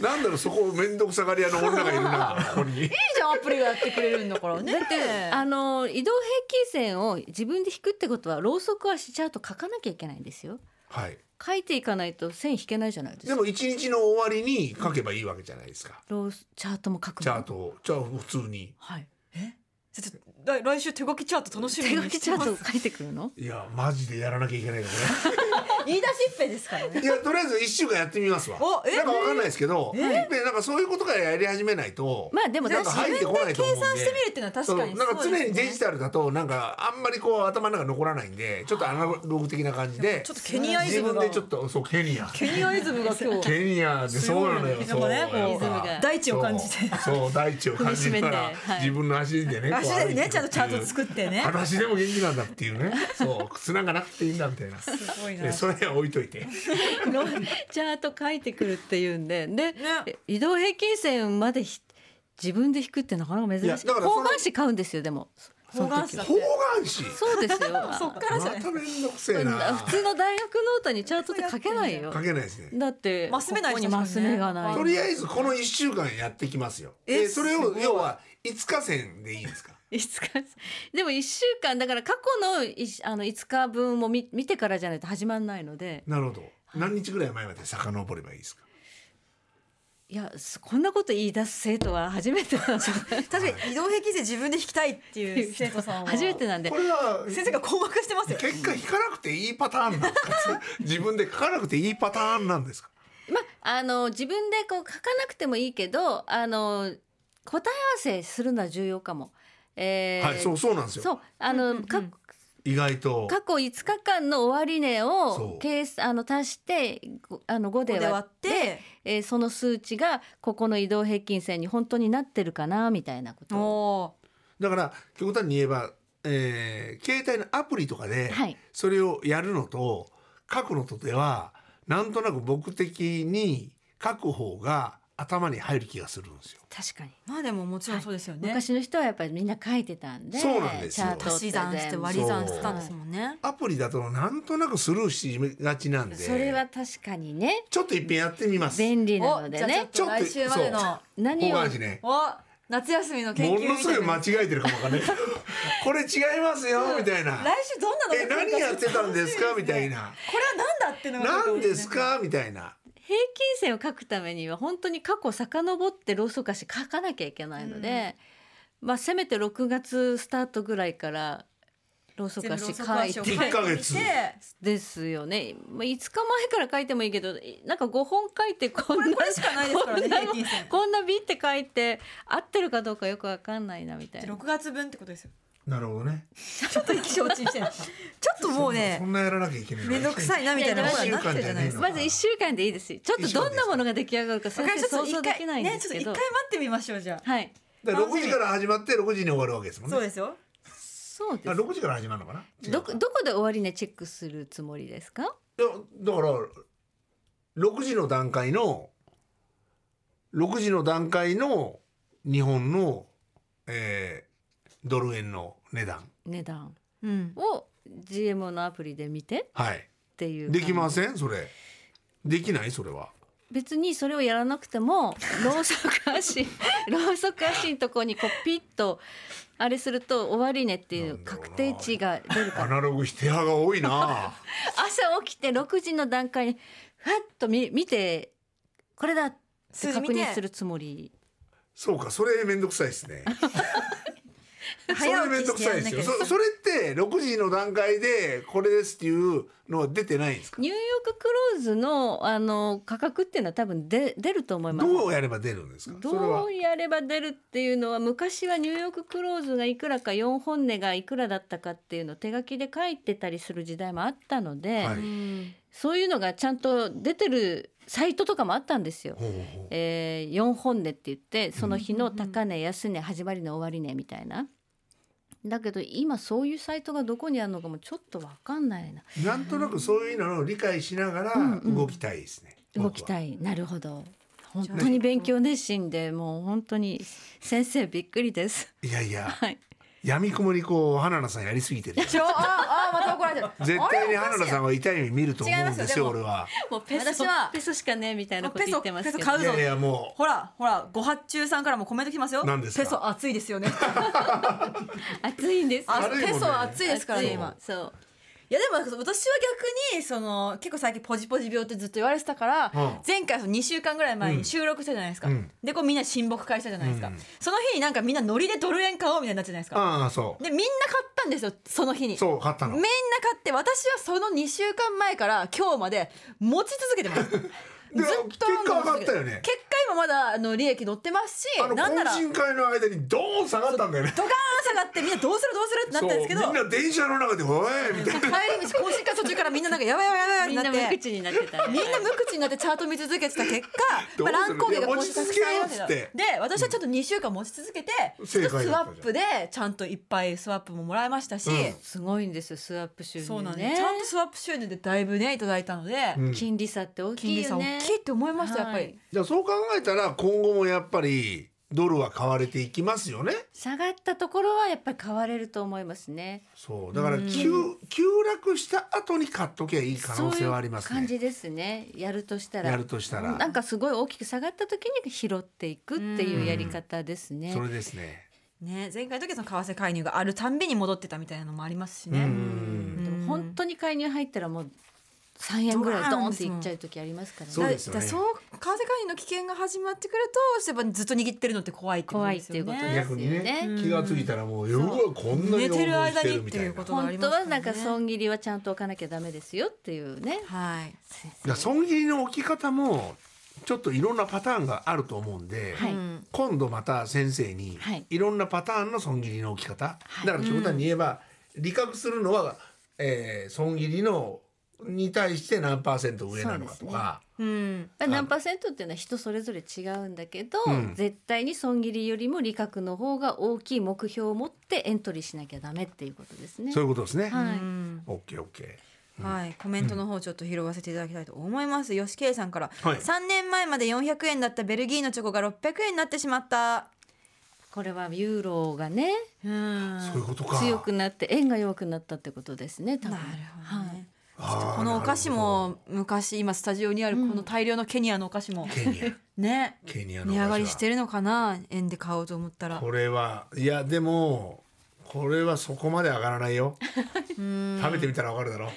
Speaker 2: なんだろうそこ面倒くさがり屋の女がいるな。ここに。
Speaker 3: いいじゃんアプリがやってくれるんだからね
Speaker 4: だってあの移動平均線を自分で引くってことはローソクはしちゃうと書かなきゃいけないんですよ
Speaker 2: はい。
Speaker 4: 書いていかないと線引けないじゃないです
Speaker 2: で
Speaker 4: か
Speaker 2: も一日の終わりに書けばいいわけじゃないですか。
Speaker 4: ロースチャートも書くの
Speaker 2: チャートを、じゃあ普通に。
Speaker 4: はい
Speaker 3: ちょっと来来週手書きチャート楽しみ
Speaker 4: 手書
Speaker 3: に
Speaker 4: き
Speaker 3: し
Speaker 4: チ
Speaker 3: て
Speaker 4: ャ
Speaker 3: ま
Speaker 4: ー
Speaker 3: す
Speaker 4: ト書いてくるの
Speaker 2: いやマジでやらなきゃいけないからね
Speaker 3: 言い出しっぺですからね
Speaker 2: いやとりあえず1週間やってみますわ
Speaker 3: おえ
Speaker 2: なんかわかんないですけどでなんかそういうことからやり始めないと
Speaker 4: まあでも
Speaker 2: なんか入ってこないと思うんで
Speaker 3: 自分で計算してみるっていうのは確かに
Speaker 2: そうなんか
Speaker 3: そう
Speaker 2: 常
Speaker 3: ですね
Speaker 2: にデジタルだとなんかあんまりこう頭の中残らないんでちょっとアナログ的な感じで
Speaker 3: ちょっとケニアイズ
Speaker 2: 自
Speaker 3: ム
Speaker 2: 分
Speaker 3: が
Speaker 2: でちょっとそうケニア
Speaker 3: ケニアイズムが今日
Speaker 2: ケニアでそうなのよ
Speaker 3: 強い。
Speaker 2: そう
Speaker 3: なんかねこう
Speaker 2: やっぱ
Speaker 3: 大地を感じて
Speaker 2: そうそう大地を感じながら
Speaker 4: 踏みしめてはい
Speaker 2: 自分の足でね。こう
Speaker 3: 足
Speaker 2: 歩
Speaker 3: で
Speaker 2: いていくっていう
Speaker 3: ねちゃんとチャート作ってね
Speaker 2: 裸足でも元気なんだっていうね。そう靴なんかなくていいんだみたいな。
Speaker 3: すごい
Speaker 2: で
Speaker 3: な
Speaker 2: それは置いといて。
Speaker 4: のチャート書いてくるっていうんでで、
Speaker 3: ね
Speaker 4: 移動平均線までひ自分で引くってなかなか珍
Speaker 2: いや
Speaker 4: しい
Speaker 2: だからその
Speaker 4: 方眼紙買うんですよでもそ
Speaker 3: 方
Speaker 4: の
Speaker 3: 眼
Speaker 4: 時
Speaker 3: 紙
Speaker 4: は
Speaker 3: だ
Speaker 2: 方眼紙。
Speaker 4: そうですよ
Speaker 3: そっからじゃ
Speaker 2: ま
Speaker 3: ない
Speaker 2: ためんどくせえな。
Speaker 4: 普通の大学ノートにチャートって書けないよ
Speaker 2: 書けないですね。
Speaker 4: だって
Speaker 3: マス目ない
Speaker 4: こ
Speaker 3: で
Speaker 4: こ
Speaker 3: す
Speaker 4: に
Speaker 3: もんね
Speaker 4: マス目がない
Speaker 2: とりあえずこの一週間やってきますよ。
Speaker 3: え
Speaker 2: えそれ
Speaker 3: す
Speaker 2: を
Speaker 3: ごい
Speaker 2: 要は五日線でいいですか。
Speaker 4: 5日でも1週間だから過去のいあの5日分も見見てからじゃないと始まんないので
Speaker 2: なるほど。何日ぐらい前まで遡ればいいですか。
Speaker 4: いやすこんなこと言い出す生徒は初めて なんで
Speaker 3: 確かに移動平均線自分で引きたいっていう生徒さんは
Speaker 4: 初めてなんで
Speaker 2: これは
Speaker 3: 先生が困惑してますよ
Speaker 2: 結果引かなくていいパターンなんですか自分で書かなくていいパターンなんですか
Speaker 4: まああの自分でこう書かなくてもいいけどあの答え合わせするのは重要かも。えー
Speaker 2: はいそうそうなんです
Speaker 4: そ
Speaker 2: よ
Speaker 4: うあの、か
Speaker 2: 意外と
Speaker 4: 過去5日間の終値
Speaker 2: そ
Speaker 4: を
Speaker 2: う
Speaker 4: 計算あの足してごあの5で
Speaker 3: で
Speaker 4: 割
Speaker 3: 割
Speaker 4: っ
Speaker 3: ってて
Speaker 4: えーその数値がここの移動平均線に本当になってるかなみたいなことを
Speaker 3: お
Speaker 2: だから極端に言えば、えー携帯のアプリとかで
Speaker 4: はい
Speaker 2: それをやるのと書くのとではなんとなく僕的に書く方が頭に入る気がするんですよ。
Speaker 4: 確かに、
Speaker 3: まあでももちろんそうですよね
Speaker 4: 昔の人はやっぱりみんな書いてたんで
Speaker 2: そうなんですよ
Speaker 4: チャートって
Speaker 3: 足し算して割り算してたんですもんね
Speaker 2: アプリだとなんとなくスルーしがちなんで
Speaker 4: それは確かにね
Speaker 2: ちょっと一遍やってみます。
Speaker 4: 便利な
Speaker 3: お
Speaker 4: の
Speaker 3: じゃ
Speaker 4: で
Speaker 3: あちょっ
Speaker 4: ね
Speaker 3: と来週までの
Speaker 2: そう
Speaker 4: 何
Speaker 2: 方
Speaker 4: を
Speaker 2: 眼紙ね
Speaker 3: お夏休みの研究
Speaker 2: も
Speaker 3: みたいな
Speaker 2: のすごい間違えてるかもわかん ない。これ違いますよみたいな。
Speaker 3: 来週どんなの
Speaker 2: え
Speaker 3: が来る
Speaker 2: 何
Speaker 3: か
Speaker 2: やってたんですかみたいな。
Speaker 3: これは何だっていうのが
Speaker 2: 何です
Speaker 3: ね
Speaker 2: かみたいな。
Speaker 4: 平均線を書くためには本当に過去遡ってローソク足書かなきゃいけないので、まあせめて6月スタートぐらいからローソク足書い
Speaker 2: 全
Speaker 4: て
Speaker 2: 部ローソク足を書いて一ヶ月
Speaker 4: ですよねまあ5日前から書いてもいいけどいなんか5本書いてこん
Speaker 3: こ
Speaker 4: な
Speaker 3: れこれしかないですからね
Speaker 4: こんな
Speaker 3: 平均線
Speaker 4: こんなビって書いて合ってるかどうかよくわかんないなみたいな
Speaker 3: 6月分ってことですよ
Speaker 2: なるほどね。
Speaker 3: ちょっと意気消沈してるちょっともうね
Speaker 2: そんなやらなきゃいけない。
Speaker 3: 面倒くさいなみたいなことになってるじゃないですか
Speaker 4: まず1週間でいいですしちょっとどんなものが出来上がるか
Speaker 3: わ
Speaker 4: 先
Speaker 3: かりま
Speaker 4: 生
Speaker 3: した
Speaker 4: 想
Speaker 3: ちょ
Speaker 4: 像
Speaker 3: っと
Speaker 4: で
Speaker 3: 一
Speaker 4: きな
Speaker 3: 回
Speaker 4: いん
Speaker 3: ねち
Speaker 4: で
Speaker 3: ょ
Speaker 4: す
Speaker 3: っと
Speaker 4: け
Speaker 3: 一回
Speaker 4: ど、
Speaker 3: 待ってみましょうじゃあ
Speaker 4: はい
Speaker 2: だから6時から始まって6時に終わるわけですもん
Speaker 3: そう
Speaker 2: ね。
Speaker 3: ですよ
Speaker 4: そうで
Speaker 2: あ
Speaker 4: す
Speaker 2: 6時から始まるのかな。違う
Speaker 4: どこどこで終わりねチェックするつもりですか
Speaker 2: いやだから6時の段階の6時の段階の日本の、えードル円の値段。
Speaker 4: 値段
Speaker 3: うん
Speaker 4: を GMO のアプリで見て
Speaker 2: はい。
Speaker 4: っていう
Speaker 2: できま
Speaker 4: ん
Speaker 2: せんそれ。できないそれは。
Speaker 4: 別にそれをやらなくてもローソク足 ローソク足のとこにこうピッとあれすると終わりねっていう確定値が出るか
Speaker 2: ア
Speaker 4: ら
Speaker 2: ナログ否定派が多いな。
Speaker 4: 朝起きて6時の段階にふわっと見見てこれだって
Speaker 3: 数字見
Speaker 4: 確
Speaker 3: て
Speaker 4: 認するつもり
Speaker 2: そうか、それめんどくさいですね。それめんどくさいですよ。
Speaker 3: 早起きしてやんなきゃ。
Speaker 2: そそれって六時の段階でこれですっていうのは出てないんですか。
Speaker 4: ニューヨーククローズのあの価格っていうのは多分で出ると思います
Speaker 2: どうやれば出るんですか。それ
Speaker 4: ど
Speaker 2: は
Speaker 4: うやれば出るっていうのは昔はニューヨーククローズがいくらか4本値がいくらだったかっていうのを手書きで書いてたりする時代もあったので、
Speaker 2: はいう
Speaker 3: ん
Speaker 4: そういうのがちゃんと出てるサイトとかもあったんですよ。
Speaker 2: ほうほうほう
Speaker 4: えー、4本値って言ってその日の高値安値始まりの終わり値みたいな。だけど今そういうサイトがどこにあるのかもちょっとわかんないな
Speaker 2: なんとなくそういうのを理解しながら
Speaker 4: うんうん
Speaker 2: 動きたいですね。
Speaker 4: 動き
Speaker 2: い。
Speaker 4: たいなるほど本当に勉強熱心でもう本当に先生びっくりです
Speaker 2: いやいや、
Speaker 4: はい
Speaker 2: 闇雲にこう花田さんやりすぎてる。
Speaker 3: ちょ ああまた怒られてる
Speaker 2: 絶対に花田さんは痛い目見ると思うん
Speaker 3: 違い
Speaker 2: で
Speaker 3: ます
Speaker 2: す
Speaker 3: よ
Speaker 2: よ。
Speaker 3: でも
Speaker 2: 俺は。
Speaker 4: もうペソ
Speaker 3: 私は
Speaker 4: ペソしかねえみたいなこと言ってますけど
Speaker 3: ペソペソ買
Speaker 2: い
Speaker 3: れ
Speaker 2: やいやも
Speaker 3: ほらほらご発注さんからもコメント来ますよ
Speaker 2: 何ですか
Speaker 3: ペソ熱い ですよね
Speaker 4: 暑いんです
Speaker 3: あ
Speaker 2: 軽いもんね
Speaker 3: ペソ熱いですからね
Speaker 2: そう
Speaker 3: 今
Speaker 4: そう
Speaker 3: いやでも私は逆にその結構最近ポジポジ病ってずっと言われてたから、
Speaker 2: うん
Speaker 3: 前回その2週間ぐらい前
Speaker 2: うん
Speaker 3: に収録したじゃないですか、
Speaker 2: うん
Speaker 3: でこうみんな親睦会したじゃないですか、
Speaker 2: うん
Speaker 3: その日になんかみんなノリでドル円買おうみたいになったじゃないですか、
Speaker 2: ああそ
Speaker 3: でみんな買ったんですよその日
Speaker 2: う
Speaker 3: に
Speaker 2: そう買った
Speaker 3: み
Speaker 2: の
Speaker 3: んな買って私はその2週間前から今日まで持ち続けてますず っ
Speaker 2: で
Speaker 3: とロンドン
Speaker 2: 結果上がったよね
Speaker 3: 結果今まだあの利益乗ってますし
Speaker 2: あの
Speaker 3: なんなら
Speaker 2: 懇親会の間にドーン下がったんだよね
Speaker 3: ドカーン下がってみんなどうするどうするってなったんですけど
Speaker 2: そうみんな電車の中で「おい!」みたいな
Speaker 3: 帰り道懇親会途中からみんななんかやばいやばいやばいやばい
Speaker 4: みん
Speaker 3: な
Speaker 4: な
Speaker 3: って
Speaker 4: 無口になってたね
Speaker 3: みんな無口になってチャート見続けてた結
Speaker 2: ど
Speaker 3: 果、
Speaker 2: う
Speaker 3: まあ、
Speaker 2: する
Speaker 3: 乱高下がこう
Speaker 2: いや持ち続けようっつって
Speaker 3: で私はちょっと2週間持ち続けて、ちょ
Speaker 2: 正
Speaker 3: っと
Speaker 2: 解
Speaker 3: ス
Speaker 2: だ
Speaker 3: ワ
Speaker 2: ったじゃん
Speaker 3: ップでちゃんといっぱいスワップももらいましたし、
Speaker 2: うん
Speaker 4: すごいんですよスワップ収入ね
Speaker 3: そうなんです、ちゃんとスワップ収入でだいぶねいただいたので、
Speaker 2: うん
Speaker 4: 金利差って大き
Speaker 3: 金
Speaker 4: い
Speaker 3: 利差
Speaker 4: よ
Speaker 3: 大
Speaker 4: ね
Speaker 3: きいって思いました、やっぱ
Speaker 4: は
Speaker 3: り
Speaker 4: い。
Speaker 2: じゃあそう考えたら今後もやっぱりドルは買われていきますよね。
Speaker 4: 下がったところはやっぱり買われると思いますね
Speaker 2: そうだから
Speaker 4: うん
Speaker 2: 急急落した後に買っときゃいい可能性はあります
Speaker 4: そういう感
Speaker 2: ね。
Speaker 4: じですねやるとしたら
Speaker 2: やるとしたら
Speaker 4: なんかすごい大きく下がった時に拾っていくっていうやり方ですね
Speaker 2: それですね。
Speaker 3: ね前回の時はその為替介入があるたんびに戻ってたみたいなのもありますしね。
Speaker 2: うん
Speaker 4: でも本当に介入入ったらもう3円ぐらいドーンっていっちゃう時ありますから
Speaker 2: そう
Speaker 4: ね
Speaker 2: ですよね
Speaker 3: だだからそう為替介入の危険が始まってくるとやっぱずっと握ってるのって怖いってこと
Speaker 4: 怖い
Speaker 3: で
Speaker 4: っ
Speaker 3: す
Speaker 4: てい
Speaker 3: よ
Speaker 4: うこと
Speaker 3: ね
Speaker 4: で。す
Speaker 2: 逆
Speaker 4: よ
Speaker 2: にね
Speaker 4: ね
Speaker 2: 気がついたらもう夜はこんなに
Speaker 3: 寝てる
Speaker 2: 大
Speaker 3: 間
Speaker 2: 盛り
Speaker 3: に
Speaker 2: して
Speaker 3: っていうことがあり
Speaker 4: 本
Speaker 3: ますか
Speaker 4: 当
Speaker 3: ら
Speaker 4: は
Speaker 3: ね
Speaker 4: なんか損切りはちゃんと置かなきゃダメですよっていうね
Speaker 3: は
Speaker 2: だか
Speaker 3: い。
Speaker 2: ら損切りの置き方もちょっといろんなパターンがあると思うんで、
Speaker 4: はい
Speaker 3: うん
Speaker 2: 今度また先生に
Speaker 4: はい
Speaker 2: いろんなパターンの損切りの置き方、だから極端に言えば、利確するのは、えー損切りのに対して何パーセント上なのかとか、
Speaker 3: うん。
Speaker 4: まあ何パーセントっていうのは人それぞれ違うんだけど、
Speaker 2: うん
Speaker 4: 絶対に損切りよりも利確の方が大きい目標を持ってエントリーしなきゃダメっていうことですね
Speaker 2: そう。いうことですね。
Speaker 4: はい
Speaker 3: うん
Speaker 2: オッケーオッケ
Speaker 3: はい、コメントの方ちょっと拾わせていただきたいと思います。吉慶さんから、
Speaker 2: はい
Speaker 3: 3年前まで400円だったベルギーのチョコが600円になってしまった。
Speaker 4: これはユーロがね
Speaker 3: うん。
Speaker 2: ー。そういうことか。
Speaker 4: 強くなって円が弱くなったってことですね多
Speaker 3: な
Speaker 4: 分
Speaker 3: るほど、ね。
Speaker 2: あー
Speaker 3: このお菓子も昔今スタジオにあるこの大量のケニアのお菓子も、
Speaker 2: なるほどケニ
Speaker 3: ね
Speaker 2: アケニアのお菓子
Speaker 3: 値
Speaker 2: は
Speaker 3: 上がりしてるのかな円で買おうと思ったら
Speaker 2: これはいやでもこれはそこまで上がらない よ。食べてみたらわかるだろう。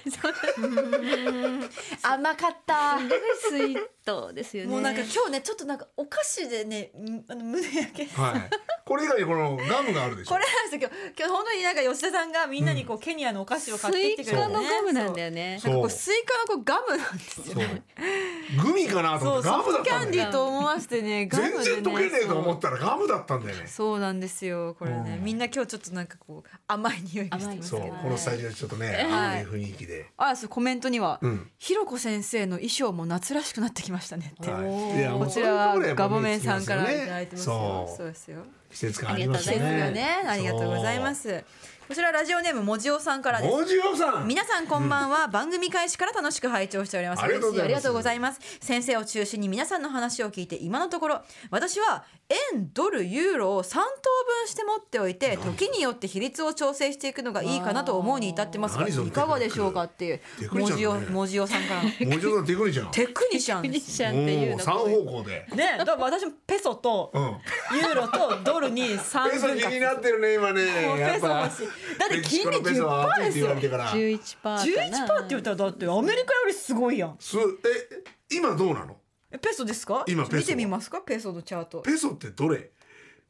Speaker 3: 甘かった
Speaker 4: すごいスイートですよね
Speaker 3: もうなんか今日ねちょっとなんかお菓子でねんあの胸焼け
Speaker 2: はい。これ以外にこのガムがあるでしょ。
Speaker 3: これなんですよ今日今日本当になんか吉田さんがみんなにこう、ケニアのお菓子を買ってきてく
Speaker 4: ス
Speaker 3: れ
Speaker 4: イ
Speaker 3: た
Speaker 4: カ
Speaker 3: ね
Speaker 4: のガムなんだよね
Speaker 3: そうなんかこ
Speaker 2: そう
Speaker 3: うスイカのこうガムなんですよ
Speaker 2: そうグミかなと
Speaker 3: そ
Speaker 2: 思
Speaker 3: う
Speaker 2: ったら
Speaker 3: ソ
Speaker 2: ガム
Speaker 3: フ
Speaker 2: だ
Speaker 3: ト
Speaker 2: っ
Speaker 3: キ
Speaker 2: た
Speaker 3: ャ
Speaker 2: んだ
Speaker 3: ンディ
Speaker 2: よね。
Speaker 3: ーと思わせてねガムでね
Speaker 2: 全然溶けねえと思
Speaker 3: そう
Speaker 2: ったらガムだったんだよね。
Speaker 3: そうなんですよこれねみんな今日ちょっとなんかこう甘い匂いがしてます
Speaker 2: そ
Speaker 3: け
Speaker 2: う
Speaker 3: どね
Speaker 2: このスタジオちょっとね
Speaker 3: は
Speaker 2: 青
Speaker 3: い
Speaker 2: い雰囲気で。
Speaker 3: あそうコメントには、
Speaker 2: うん
Speaker 3: ひろこ先生の衣装も夏らしくなってきましたねって、
Speaker 2: はいいやも
Speaker 3: こ
Speaker 2: う
Speaker 3: ち
Speaker 2: そういう
Speaker 3: ら
Speaker 2: と
Speaker 3: は
Speaker 2: ころやっぱ
Speaker 3: ガボメ
Speaker 2: 目
Speaker 3: ン
Speaker 2: つき
Speaker 3: さ
Speaker 2: ま
Speaker 3: ん
Speaker 2: す
Speaker 3: か
Speaker 2: よ
Speaker 3: ら
Speaker 2: ね
Speaker 3: いただいてますよ
Speaker 2: そ
Speaker 3: そう
Speaker 2: う
Speaker 3: ですよ
Speaker 2: 季節感あります
Speaker 4: あ
Speaker 2: よ
Speaker 4: りがとうござ
Speaker 2: ね
Speaker 4: います
Speaker 3: ねありがとうございますこちらラジオネームもじおさんからです
Speaker 2: おじおさん。
Speaker 3: 皆さんこんばんは、番組開始から楽しく拝聴しております
Speaker 2: ありがとうございます
Speaker 3: 嬉しありがとうございます先生を中心に皆さんの話を聞いて今のところ私は円ドルユーロを3等分して持っておいて時によって比率を調整していくのがいいかなと思うに至ってますが
Speaker 2: 何
Speaker 3: い
Speaker 2: その
Speaker 3: かがでしょうかっていう
Speaker 2: テクニ
Speaker 3: も
Speaker 2: シャン
Speaker 3: じお
Speaker 2: だね
Speaker 3: もじおさ んからの
Speaker 2: もうちょっと手繰りじゃん。
Speaker 3: テクニシャン
Speaker 4: ク
Speaker 3: で
Speaker 4: リ
Speaker 3: す
Speaker 4: スチャンっていう
Speaker 2: もう
Speaker 4: の
Speaker 2: 三方向で。
Speaker 3: ねだから私もペソと
Speaker 2: うん。
Speaker 3: ユーロとドルに3
Speaker 2: ペソ
Speaker 3: 分
Speaker 2: 気
Speaker 3: 割
Speaker 2: になってるね今
Speaker 3: もう
Speaker 2: ね。や
Speaker 3: ペ
Speaker 2: っ
Speaker 3: ソ
Speaker 2: ぱ
Speaker 3: 欲しいだって金利
Speaker 2: メキシコのペソは
Speaker 3: 10%
Speaker 2: 熱いって
Speaker 3: です
Speaker 2: 言わ
Speaker 3: よ
Speaker 2: れてから。
Speaker 4: 11パーかな
Speaker 3: 11%って言ったらだってアメリカよりすごいやん
Speaker 2: すえ今どうなの？
Speaker 3: えペソですか
Speaker 2: 今ペソ
Speaker 3: 見てみますかペソのチャート
Speaker 2: ペソってどれ？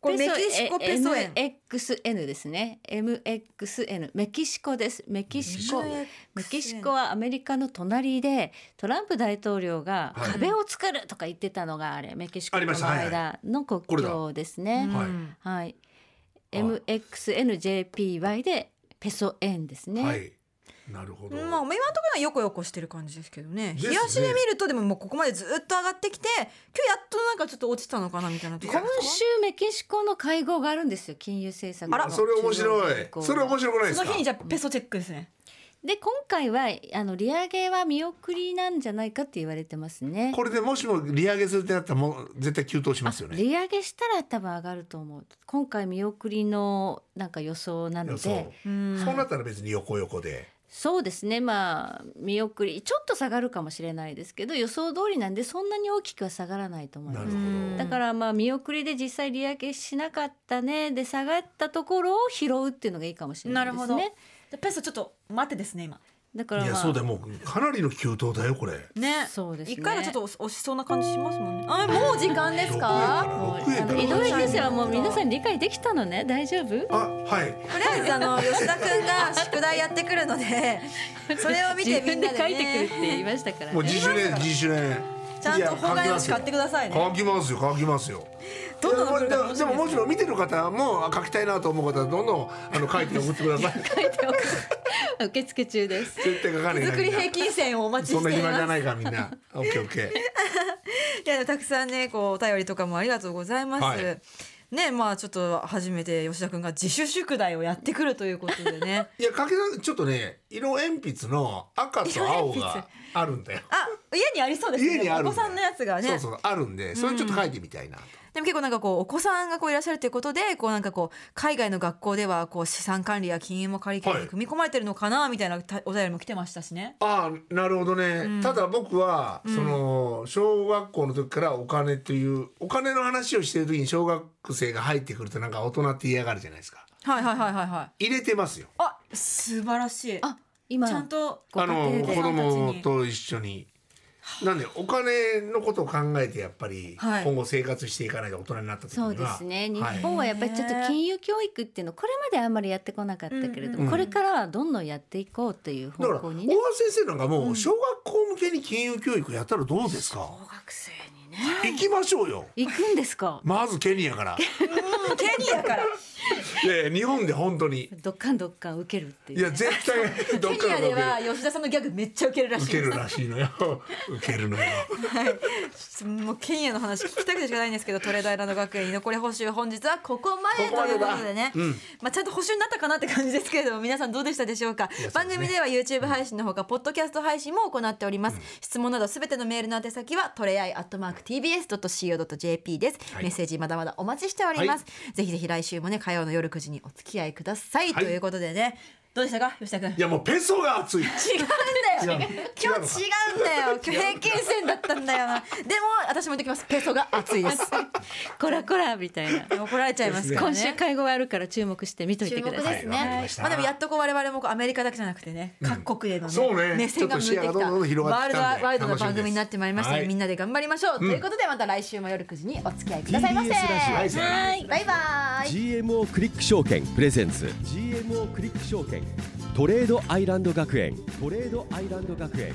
Speaker 3: これメキシコペソ円
Speaker 4: MXN ですね MXN メキシコですメキシコ
Speaker 3: MXN
Speaker 4: メキシコはアメリカの隣でトランプ大統領が
Speaker 2: はい
Speaker 4: 壁を作るとか言ってたのがあれメキシコとの
Speaker 2: ありましたはい
Speaker 4: 間の国
Speaker 2: これ
Speaker 4: 境
Speaker 2: だ
Speaker 4: ですね
Speaker 2: はい
Speaker 3: うん
Speaker 4: はい
Speaker 2: はい
Speaker 4: MXNJPY でペソ円ですね、
Speaker 2: はい。なるほど。
Speaker 3: まあ今のところはよこよこしてる感じですけどね
Speaker 2: です
Speaker 3: 冷
Speaker 2: ね
Speaker 3: やしで見るとでももうここまでずっと上がってきて今日やっとなんかちょっと落ちたのかなみたいなとこ
Speaker 4: 今週メキシコの会合があるんですよ金融政策の
Speaker 3: あら
Speaker 2: それ面白い
Speaker 4: 中央銀行。
Speaker 2: それ面白くないです
Speaker 3: そ
Speaker 2: か？
Speaker 3: の日にじゃあペソチェックですね
Speaker 4: で今回はあの利上げは見送りなんじゃないかって言われてますね
Speaker 2: これでもしも利上げするってなったらもう絶対急騰しますよね。
Speaker 4: 利上げしたら多分上がると思う今回見送りのなんか予想なの
Speaker 2: そう。
Speaker 4: で
Speaker 3: うん
Speaker 2: そうなったら別に横横で。
Speaker 4: そうですねまあ見送りちょっと下がるかもしれないですけど予想通りなんでそんなに大きくは下がらないと思い
Speaker 2: な
Speaker 4: ま
Speaker 2: る
Speaker 4: す
Speaker 2: ほ
Speaker 3: うん
Speaker 4: だからまあ見送りで実際利上げしなかったねで下がったところを拾うっていうのがいいかもしれないですね
Speaker 3: でペソちょっと待ってですね今
Speaker 4: だから、
Speaker 2: いや
Speaker 4: まあ、
Speaker 2: そうだよもうかなりの急騰だよこれ。
Speaker 5: ね
Speaker 4: そうですね
Speaker 5: 一回がちょっと押しそうな感じしますもんね
Speaker 3: あもう時間ですか
Speaker 4: もう
Speaker 2: 六円か
Speaker 4: あの
Speaker 2: ら
Speaker 4: 井
Speaker 2: 六円
Speaker 4: 上先生はもう皆さん理解できたのね大丈夫
Speaker 2: あはい。
Speaker 3: とりあえずあの吉田くんが宿題やってくるのでそれを見て み
Speaker 4: 自
Speaker 3: ん
Speaker 4: 分
Speaker 3: なで、ね、
Speaker 4: で書いてくるって言いましたから
Speaker 2: もう
Speaker 4: ね
Speaker 2: 自主練自主練。
Speaker 3: ちゃんと方眼用紙買ってください
Speaker 2: い
Speaker 3: ね
Speaker 2: や。書きますよ書きますよ。
Speaker 3: どんどん送る
Speaker 2: で
Speaker 3: か
Speaker 2: も
Speaker 3: 楽し
Speaker 2: で
Speaker 3: み
Speaker 2: ももちろん見てる方もあ書きたいなと思う方はどんどんあの書いて送ってくだ さい。
Speaker 4: 書いておく受付中です
Speaker 2: 絶対書かね
Speaker 3: 手
Speaker 2: えな
Speaker 3: 作
Speaker 2: み
Speaker 3: り
Speaker 2: んな
Speaker 3: 平均線をお待ち
Speaker 2: そん
Speaker 3: し
Speaker 2: な
Speaker 3: てい
Speaker 2: 暇じゃ
Speaker 3: ます。
Speaker 2: ないからみんな。オッケーオッケー。
Speaker 3: いやたくさんねこうお便りとかもありがとうございます。
Speaker 2: はい
Speaker 3: ねまあちょっと初めて吉田くんが自主宿題をやってくるということで ね。
Speaker 2: いや書けたちょっとね色鉛筆の赤と青があるんだよ。
Speaker 3: あ家にありそうです
Speaker 2: 家
Speaker 3: ね。
Speaker 2: にある
Speaker 3: お子さんのやつがね。
Speaker 2: そうそうあるんでそれちょっと書いてみたいなと。
Speaker 3: でも結構なんかこうお子さんがこういらっしゃるということでこうなんかこう海外の学校ではこう資産管理や金融もカリキュラムに組み込まれてるのかなみたいなたお便りも来てましたしね。
Speaker 2: ああなるほどね、ただ僕は、その小学校の時からお金というお金の話をしてる時に小学生が入ってくるとなんか大人って嫌がるじゃないですか
Speaker 3: はいはいはいはいはい。
Speaker 2: 入れてますよ
Speaker 3: あ素晴らしい。
Speaker 4: あ今
Speaker 3: ちゃんと
Speaker 4: ご
Speaker 2: あ
Speaker 4: 家庭
Speaker 2: の
Speaker 4: で
Speaker 2: 子供と一緒になんでお金のことを考えてやっぱり
Speaker 3: はい
Speaker 2: 今後生活していかないと大人になった時に
Speaker 4: そ
Speaker 2: は
Speaker 4: うですね日
Speaker 2: はい
Speaker 4: 本はやっぱりちょっと金融教育っていうのこれまであんまりやってこなかったけれども、
Speaker 2: うん
Speaker 4: これからはどんどんやっていこうという
Speaker 2: だ
Speaker 4: 方
Speaker 2: から大
Speaker 4: 向
Speaker 2: 橋
Speaker 4: に
Speaker 2: 先
Speaker 4: ね
Speaker 2: 生なんかもう小学校向けに金融教育やったらどうですか、
Speaker 4: 小学生にね
Speaker 2: 行きましょうよ
Speaker 4: 行くんですか
Speaker 2: まずケニア から
Speaker 3: うんケニア から。
Speaker 2: で日本で本当に
Speaker 4: どっかんどっかん受けるっていう
Speaker 2: いや絶 対どっ
Speaker 3: ケ
Speaker 2: か
Speaker 3: ニ
Speaker 2: ら
Speaker 3: ア
Speaker 2: どっかで
Speaker 3: では吉田さんのギャグめっちゃウケるらしい
Speaker 2: 受け
Speaker 3: で
Speaker 2: るらしいのよ 受けるのよ
Speaker 3: す。もうケニアの話聞きたくてしかないんですけど、トレードアイランド学園居残り補修本日はここまで
Speaker 2: こことま
Speaker 3: い
Speaker 2: で
Speaker 3: う
Speaker 2: だ
Speaker 3: ことでね、
Speaker 2: うん
Speaker 3: まあちゃんと補修になったかなって感じですけれども、皆さんどうでしたでしょうか。
Speaker 2: いやそう
Speaker 3: 番
Speaker 2: ですね
Speaker 3: 組では YouTube 配信のほか、ポッドキャスト配信も行っております。質問などすべてのメールの宛先はトレアイアットマーク TBS ドット CO ドット JP です。
Speaker 2: はい
Speaker 3: メッセージまだまだお待ちしております。ぜひぜひ来週もね火曜の夜9時にお付き合いください、
Speaker 2: はい
Speaker 3: ということでね、どうでしたか吉田君
Speaker 2: い。やもうペソが熱 い
Speaker 3: 違うんだよ
Speaker 2: 違う
Speaker 3: 今
Speaker 2: 違うのか
Speaker 3: 日違うんだよ今日平均線だったんだよなでも私も言ってきますペソが熱い です
Speaker 4: こらこらみたいな
Speaker 3: 怒られちゃいますから
Speaker 4: 今週
Speaker 3: ね
Speaker 4: 会合があるから注目して見といてくだ
Speaker 3: 注
Speaker 4: さ
Speaker 3: 目
Speaker 4: い
Speaker 3: ですね
Speaker 2: はいわかりました
Speaker 3: まあでもやっとこう我々もこうアメリカだけじゃなくてね各国へのね
Speaker 2: そうね
Speaker 3: 目線が向いてきた
Speaker 2: ちょ
Speaker 3: ワ
Speaker 2: っと視野がどんどん広がっ
Speaker 3: ー
Speaker 2: て
Speaker 3: ル
Speaker 2: き
Speaker 3: ド
Speaker 2: たんで
Speaker 3: ワイドな番組になってまいりましたの
Speaker 2: は
Speaker 3: で
Speaker 2: い
Speaker 3: みんなで頑張りましょうということでまた来週も夜9時にお付き合いくださいませ
Speaker 1: TBS ラ
Speaker 2: ジオ
Speaker 3: はいバイバイ
Speaker 1: GMO クリック証券プレゼンツ GMO クリック証券トレードアイランド学園トレードアイランド学園